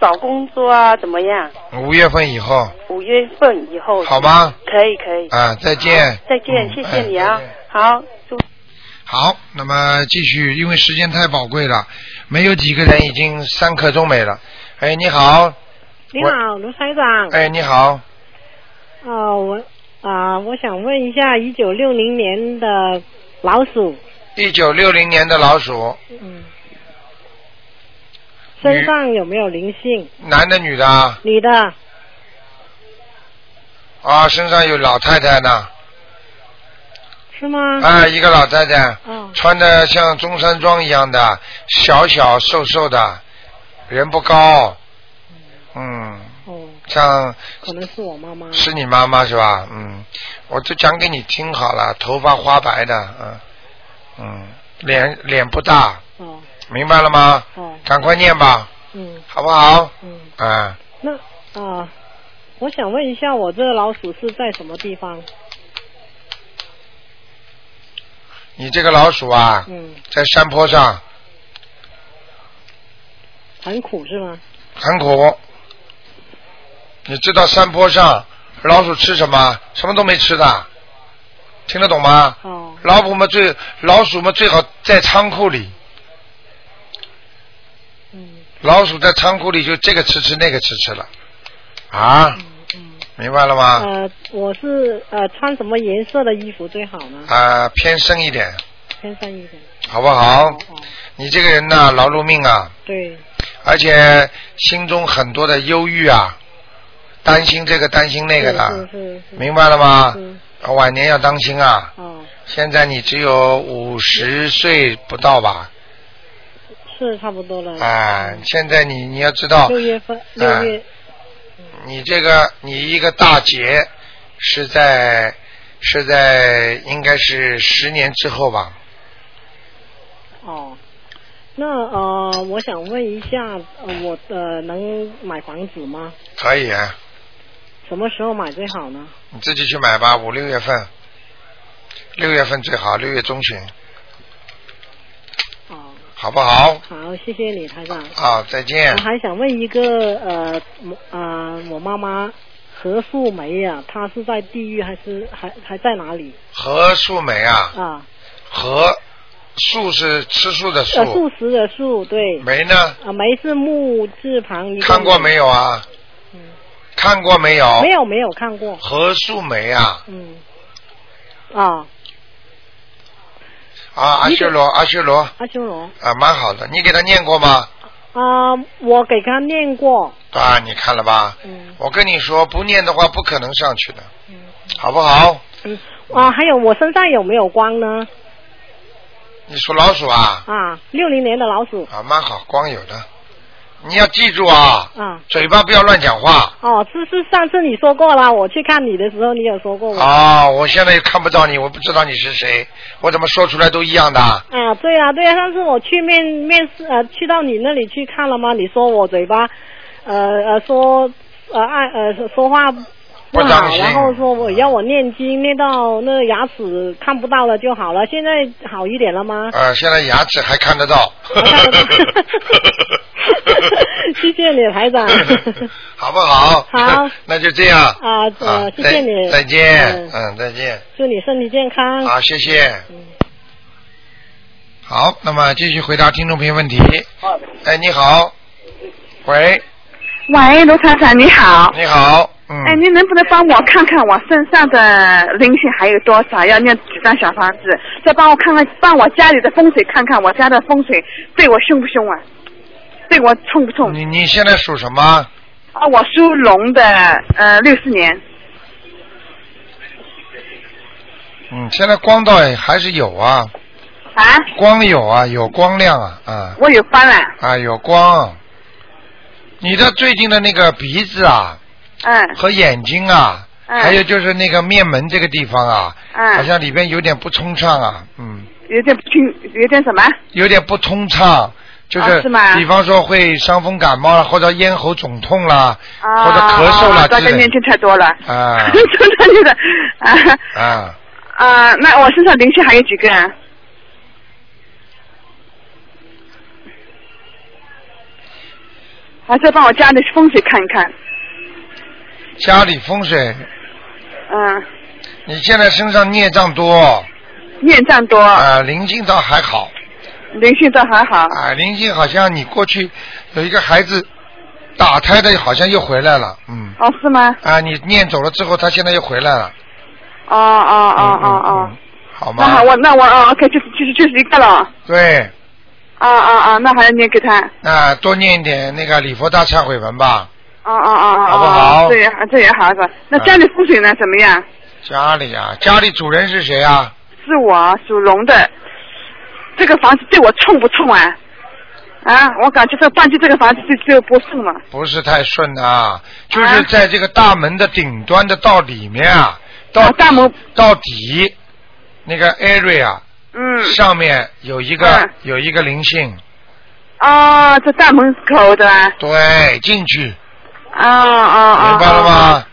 找工作啊，怎么样？
五月份以后
五月份以后
好吗？
可以可以。
啊，再见。嗯哎
再见，谢谢你啊。好，祝
好，那么继续，因为时间太宝贵了，没有几个人已经三刻钟没了。哎，你好，
你好，卢台长。
哎，你好，
哦，我啊、我想问一下，一九六零年的老鼠
一九六零年的老鼠，
身上有没有灵性？
男的女的啊？
女的，
啊，身上有老太太呢，
是吗？
啊，一个老太太，
哦，
穿的像中山装一样的，小小瘦瘦的，人不高，嗯，
哦，
像
可能是我妈妈。
是你妈妈是吧？嗯，我就讲给你听好了，头发花白的，嗯嗯，脸脸不大，
哦
明白了吗？
哦，
赶快念吧，
嗯
好不好？
嗯，
啊、
那啊、我想问一下，我这老鼠是在什么地方？
你这个老鼠啊，
嗯，
在山坡上
很苦是吗？
很苦，你知道山坡上老鼠吃什么？什么都没吃的，听得懂吗？
哦
老虎们最老鼠们最好在仓库里，
嗯
老鼠在仓库里就这个吃吃那个吃吃了，啊，
嗯
明白了吗？
呃，我是呃穿什么颜色的衣服最好呢？
啊，偏深一点，
偏深一点。
好不
哦
好？你这个人呐、劳碌命啊，
对，
而且心中很多的忧郁啊，担心这个担心那个的，
是是
明白了吗
嗯？
晚年要当心啊！
哦，
现在你只有五十岁不到吧？
是差不多了。
啊，现在你你要知道，
六月份，六
啊
月，
你这个你一个大劫是在是在应该是十年之后吧？
哦，那呃，我想问一下，呃、我呃能买房子吗？
可以，啊，
什么时候买最好呢？
你自己去买吧，五六月份，六月份最好，六月中旬，
哦，
好不好？
好，谢谢你，台长。
啊，再见
我。还想问一个呃，我啊、我妈妈何素梅啊，她是在地狱还是还还在哪里
何素梅啊，
啊？
何素是吃素的
呃，素
素，
食的素，对。
梅呢？
啊，梅是木字旁一个。
看过没有？啊？看过没有？
没有没有看过。
何素梅啊，
嗯。啊，
啊，阿修罗，阿修罗，
阿修罗
啊，蛮好的，你给他念过吗？
啊，我给他念过。
啊，你看了吧？
嗯
我跟你说，不念的话不可能上去的，好不好？
嗯啊，还有我身上有没有光呢？
你属老鼠啊，
啊，六零年的老鼠
啊，蛮好，光有的。你要记住啊，
啊。
嘴巴不要乱讲话
哦，这是上次你说过了，我去看你的时候你有说过我。
啊！我现在又看不到你，我不知道你是谁，我怎么说出来都一样的。
啊，对啊，对啊，上次我去面面试呃，去到你那里去看了吗？你说我嘴巴，呃呃说呃爱呃说话不
不当
好，
心
然后说我要我念经念到那牙齿看不到了就好了，现在好一点了 吗？
呃，现在牙齿还看 得到，
谢谢你，台 长。
好不好？
好
那就这样。
啊呃
啊
谢谢你
再再见，
嗯
嗯，再见。
祝你身体健康。
好，谢谢。好，那么继续回答听众朋友问题。哎，你好，喂，
喂，卢厂长你好。
你好，嗯
哎，您能不能帮我看看我身上的灵性还有多少？要念几张小房子？再帮我看看，帮我家里的风水看看，我家的风水对我凶不凶啊？对我冲不冲？
你你现在属什么？
啊，我属龙的，呃，六四年。
嗯，现在光倒也还是有啊，
啊，
光有啊，有光亮啊，啊
我有斑了，
啊，有光。你的最近的那个鼻子啊
嗯
和眼睛啊，
嗯
还有就是那个面门这个地方啊，好
嗯，
像里边有点不通畅啊，嗯。
有点不清，有点什么？
有点不通畅，就
啊是吗
比方说会伤风感冒了，或者咽喉肿痛啦，
啊，
或者咳嗽了
啊大家
之类
念经太多了，
啊
真的真的啊
啊，
啊，那我身上灵性还有几个啊？啊，再帮我家里风水看一看。
家里风水，
嗯，
你现在身上孽障多。
孽障多。
啊、灵性倒还好。
灵性倒还好。
啊、灵性好像你过去有一个孩子打胎的，好像又回来了，嗯。
哦，是吗？
啊、你念走了之后，他现在又回来了，
哦哦
嗯
哦哦哦。
好吗？
那好，我那我啊，OK，就是就是就是一个了。
对，
啊啊啊，那还要念给他。
那、多念一点那个礼佛大忏悔文吧。
啊啊啊啊！
好不好嗯
这也这也好是吧？那家里风水呢？怎么样？
家里啊，家里主人是谁啊？
是我属龙的，这个房子对我冲不冲啊？啊，我感觉这半句这个房子就就不顺了。
不是太顺啊，就是在这个大门的顶端的到里面啊，到、
大门
到底那个 area
嗯。
上面有一个、
嗯
有一个灵性，
啊，这大门口的啊
对，哎进去
啊啊啊！
明白了吗？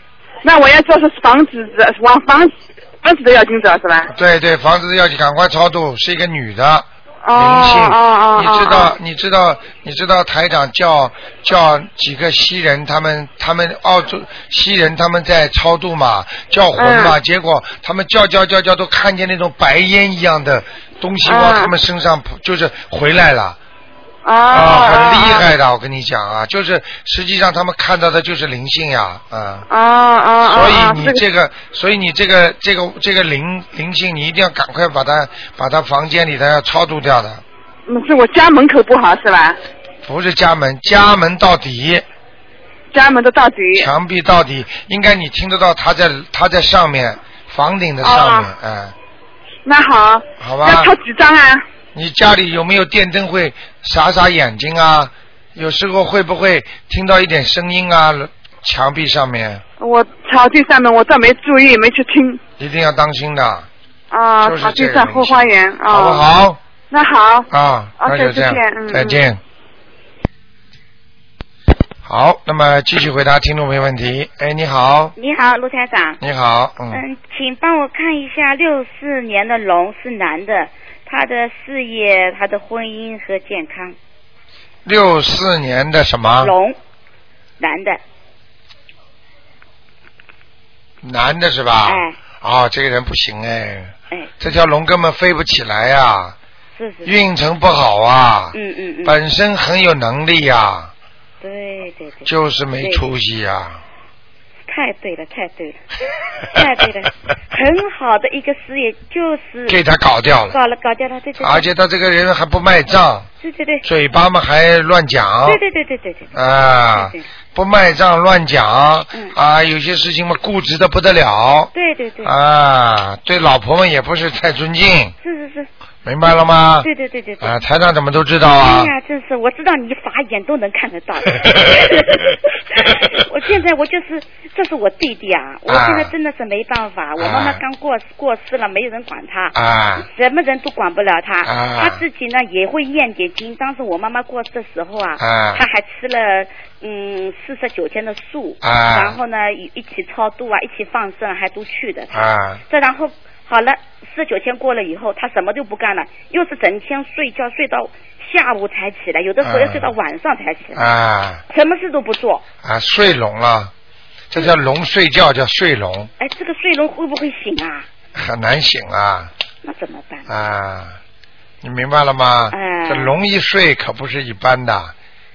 那我要做是房子的，往房子房子都要进走是吧？
对对，房子要赶快超度，是一个女的。
哦
灵性，
哦哦哦！
你知
哦
道，你知道，你知道台长叫叫几个西人，他们他们澳洲西人他们在超度嘛，叫魂嘛，
嗯
结果他们叫叫叫叫都看见那种白烟一样的东西
嗯
往
啊
他们身上扑就是回来了。
啊
很厉害的，我跟你讲啊，就是实际上他们看到的就是灵性呀，啊，
啊啊啊！
所
啊
以你这个，所以你这个这个这个灵灵性，你一定要赶快把它把它房间里的要超度掉的，
嗯是我家门口不好是吧？
不是家门，家门到底，
家门的到底。
墙壁到底，应该你听得到他在他在上面，房顶的上面，哎、
啊那好，
好
要
吧。
抄几张啊？
你家里有没有电灯会眨眨眼睛啊？有时候会不会听到一点声音啊？墙壁上面
我草地上面我倒没注意，没去听
一定要当心的，
啊。
就是
草地
这个
上
东
后
西
花园啊。
好不好？
那好。
啊，
OK，
那就这样
再见嗯，
再见。好，那么继续回答听众朋友问题。哎，你好，
你好，卢台长。
你好，嗯，
嗯，请帮我看一下六四年的龙是男的，他的事业、他的婚姻和健康。
六四年的什么？
龙，男的，
男的是吧？
哎
哦，这个人不行哎，
哎，
这条龙根本飞不起来呀、
是是。
运程不好啊，
嗯嗯嗯。
本身很有能力呀、
对对对。
就是没出
对。
息呀、
太对了，太对了， 太对了，很好的一个事业就是
给他搞掉了
搞了搞掉了，对对。对
而且他这个人还不卖账，
对对对，
嘴巴嘛还乱讲，
对对对对对对，
啊，不卖账乱讲，啊，有些事情嘛固执的不得了，
对对对，
啊，对老婆们也不是太尊敬，
是是是，
明白了吗？
对对对对对。
啊，台长怎么都知道啊
哎？呀，真是，我知道你法眼都能看 得到。我现在我就是，这是我弟弟啊，我
啊
现在真的是没办法，我妈妈刚过过世了，没有人管他。
啊
什么人都管不了他，
啊
他自己呢也会念点经。当时我妈妈过世的时候啊，
啊
他还吃了嗯四十九天的素，
啊
然后呢一一起超度啊，一起放生，还都去的。
啊，
这然后好了，四九天过了以后，他什么都不干了，又是整天睡觉，睡到下午才起来，有的时候
啊
要睡到晚上才起来，
啊
什么事都不做。
啊，睡龙了，这
嗯
叫龙睡觉叫睡龙，
哎，这个睡龙会不会醒啊？
很难醒啊
那怎么办？
啊，你明白了吗？
嗯
这龙一睡可不是一般的，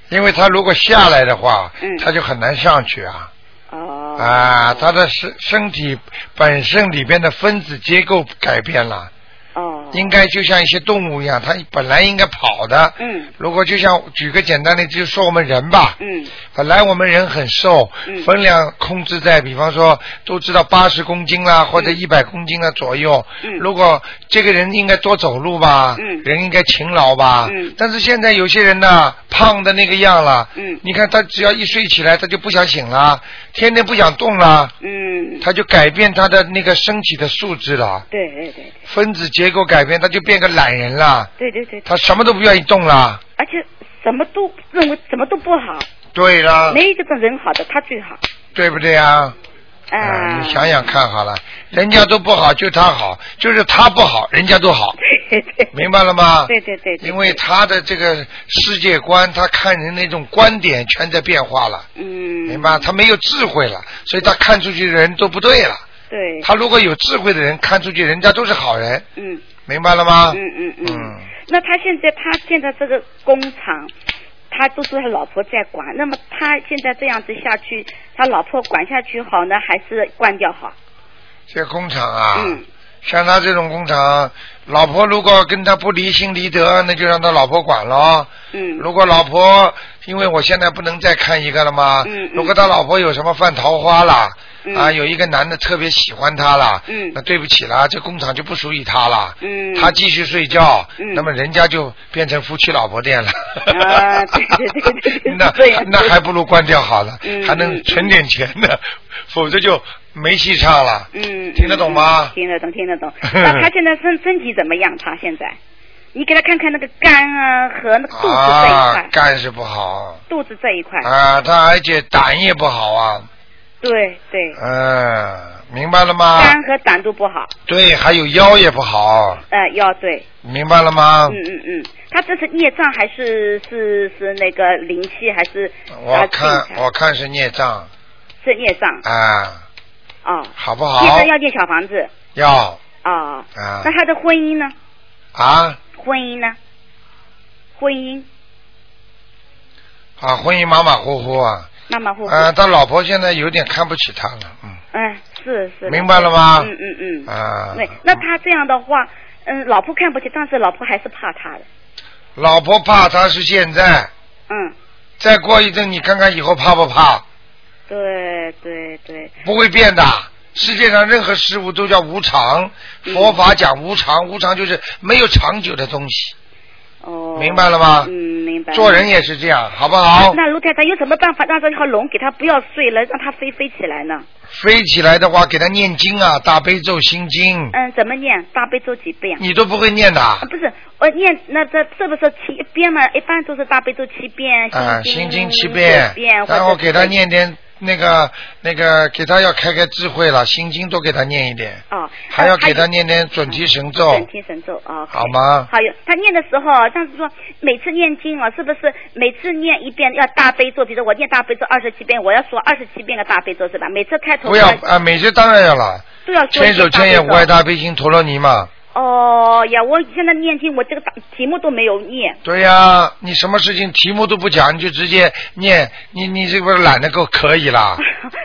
因为它如果下来的话，
嗯
它就很难上去啊。
哦，
啊，他的身身体本身里边的分子结构改变了。
哦。
应该就像一些动物一样，它本来应该跑的。
嗯。
如果就像举个简单例子，就说我们人吧。
嗯。
本来我们人很瘦，
嗯
分量控制在，比方说都知道八十公斤
嗯
啦，或者一百公斤啦左右。
嗯
如果这个人应该多走路吧，
嗯
人应该勤劳吧。
嗯
但是现在有些人呢，胖的那个样了。
嗯
你看他只要一睡起来，他就不想醒了，天天不想动了，
嗯，
他就改变他的那个身体的素质了，
对对对
分子结构改变，他就变个懒人了，
对对对，
他什么都不愿意动了。
而且什么都认为什么都不好，
对了，
没一个人好的，他最好。
对不对啊？啊，你想想看好了，人家都不好，就他好，就是他不好，人家都好，明白了吗？
对对对对
因为他的这个世界观，他看人那种观点全在变化了，
嗯，
明白吗？他没有智慧了，所以他看出去的人都不对了。
对，
他如果有智慧的人看出去，人家都是好人，
嗯，
明白了吗？
嗯嗯嗯。那他现在他现在这个工厂，他都是他老婆在管。那么他现在这样子下去，他老婆管下去好呢，还是关掉好？
这工厂啊，
嗯
像他这种工厂，老婆如果跟他不离心离德，那就让他老婆管了。
嗯。
如果老婆，因为我现在不能再看一个了嘛，
嗯嗯
如果他老婆有什么犯桃花了，
嗯
啊，有一个男的特别喜欢他了，
嗯
那对不起啦，这工厂就不属于他了。
嗯。
他继续睡觉，
嗯
那么人家就变成夫妻老婆 店了。
啊，对对对对对，
那那还不如关掉好了，
嗯
还能存点钱呢，否则就没戏唱了。
嗯，
听得懂吗
嗯 听得懂，听 得懂。那他现在身身体怎么样？他现在，你给他看看那个肝啊和那个肚子这一块，
啊，肝是不好
肚子这一块，
啊，他而且胆也不好啊，
对对，
嗯，明白了吗？
肝和胆都不好，
对，还有腰也不好，
呃，要对，
明白了吗？
嗯嗯嗯，他这是孽障还是是是那个灵气还是呃
我看我看是孽障
是孽障
啊，
啊？
好不
孽
好
障？要建小房子
要
啊。
啊
那他的婚姻呢？
啊
婚姻呢？婚姻
啊，婚姻马马虎虎啊，
马马虎虎。
啊，他老婆现在有点看不起他了，嗯
嗯，是是。
明白了吗
嗯嗯嗯。
啊，
对，那他这样的话，嗯，老婆看不起，但是老婆还是怕他的。
老婆怕他是现在，
嗯，
再过一阵你看看以后怕不怕？
对对对，
不会变的。世界上任何事物都叫无常，
嗯
佛法讲无常，无常就是没有长久的东西，
哦。
明白了吗？
嗯，明白。
做人也是这样，好不好？
那卢太太有什么办法让这条龙给他不要睡了，让它飞飞起来呢？
飞起来的话，给他念经啊，大悲咒、心经，
嗯，怎么念？大悲咒几遍？
你都不会念的啊
啊，不是，我念那这是不是七遍嘛？一般都是大悲咒七遍，
啊
心
心经七
遍，九遍，
然后给他
或者是
念点那个那个，给他要开开智慧了，心经多给他念一点，
哦，
还要
还
给
有
他念点准提神咒，
准提神咒啊，
好吗？
还有他念的时候啊，上次说每次念经啊，是不是每次念一遍要大悲咒？比如说我念大悲咒二十七遍，我要说二十七遍的大悲咒是吧？每次开头
不要
都
啊，每次当然要了，
都要说一
千
遍
手千眼无碍大悲心陀罗尼嘛。
哦呀，我现在念经，我这个大题目都没有念。
对呀、你什么事情题目都不讲，你就直接念，你你这不是懒得够可以 啦？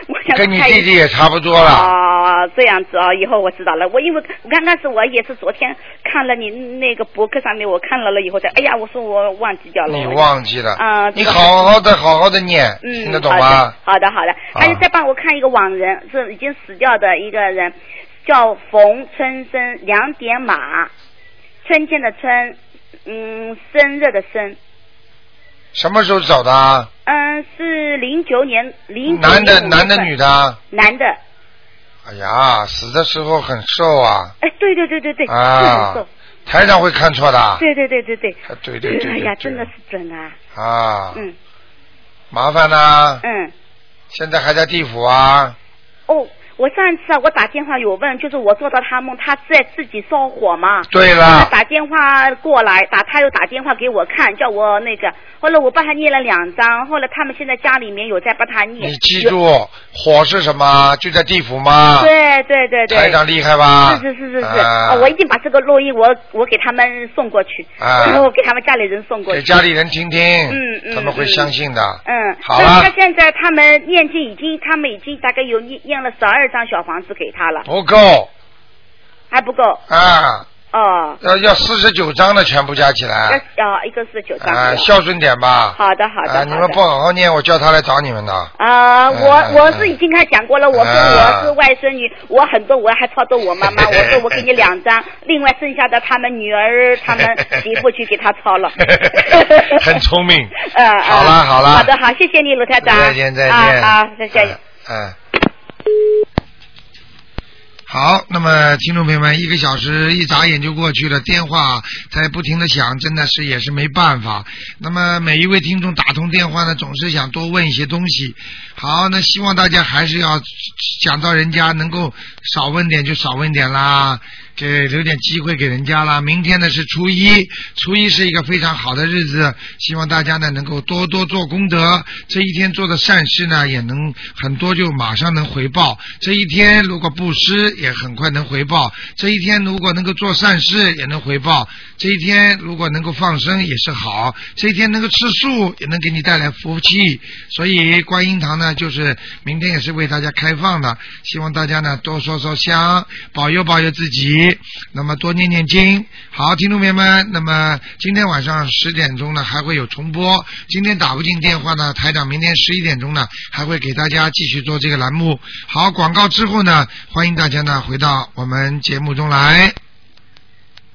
我想
跟你
看一
弟弟也差不多了
哦，这样子啊，以后我知道了。我因为我刚开始我也是昨天看了你那个博客上面，我看了了以后才，哎呀，我说我忘记掉了。
你忘记了？
啊
你好好的，好好的念，
嗯，
听得懂吗？
好的，好的，
啊
还有再帮我看一个网人，是已经死掉的一个人，叫冯春生，两点马，春天的春，嗯，生热的生，
什么时候找的啊？
嗯，是零九年零
男的，男的，女的啊？
男的，
哎呀，死的时候很瘦啊，
哎，对对对对对，
啊
是很瘦
台长会看错的啊。
对对对对对，
啊对 对对对
哎呀，
对
真的是准啊，
啊，
嗯
麻烦啦、
嗯，
现在还在地府啊？
哦。我上一次啊，我打电话有问，就是我做到他梦，他在自己烧火嘛。
对了
他打电话过来，打他又打电话给我看，叫我那个。后来我帮他念了两张，后来他们现在家里面有在帮他念。
你记
有。
住，火是什么？就在地府吗？
对对对对。
台长厉害吧
是是是是是，
啊
哦我一定把这个录音我我给他们送过去，
啊
然后给他们家里人送过去。
给家里人听听，
嗯嗯
他们会相信的。
嗯，
好
那
了
他现在他们念经已经，他们已经大概有念念了十二张小房子给他了，
不够
还不够
啊，
哦。
要要四十九张的全部加起来，
要啊，一个是九张。
啊，孝顺点吧。
好的好的
啊，
好的
你们不好好念，我叫他来找你们 的。
啊，
嗯
我我是已经跟他讲过了，我说
啊
我是外孙女，我很多我还操作 我妈妈，我说我给你两张，另外剩下的他们女儿、他们媳妇去给他 操了。
很聪明，
呃，呃
好了好了
好的好，谢谢你卢台长。啊
啊再见再见
啊好，再见。
嗯。好，那么听众朋友们，一个小时一眨眼就过去了，电话在不停的响，真的是也是没办法。那么每一位听众打通电话呢，总是想多问一些东西。好，那希望大家还是要讲到人家能够少问点就少问点啦，给留点机会给人家啦。明天呢是初一，初一是一个非常好的日子，希望大家呢能够多多做功德，这一天做的善事呢也能很多就马上能回报。这一天如果布施也很快能回报，这一天如果能够做善事也能回报，这一天如果能够放生也是好，这一天能够吃素也能给你带来福气。所以观音堂呢就是明天也是为大家开放的，希望大家呢多烧烧香，保佑保佑自己，那么多念念经。好，听众朋友们，那么今天晚上十点钟呢还会有重播。今天打不进电话呢，台长明天十一点钟呢还会给大家继续做这个栏目。好，广告之后呢，欢迎大家呢回到我们节目中来。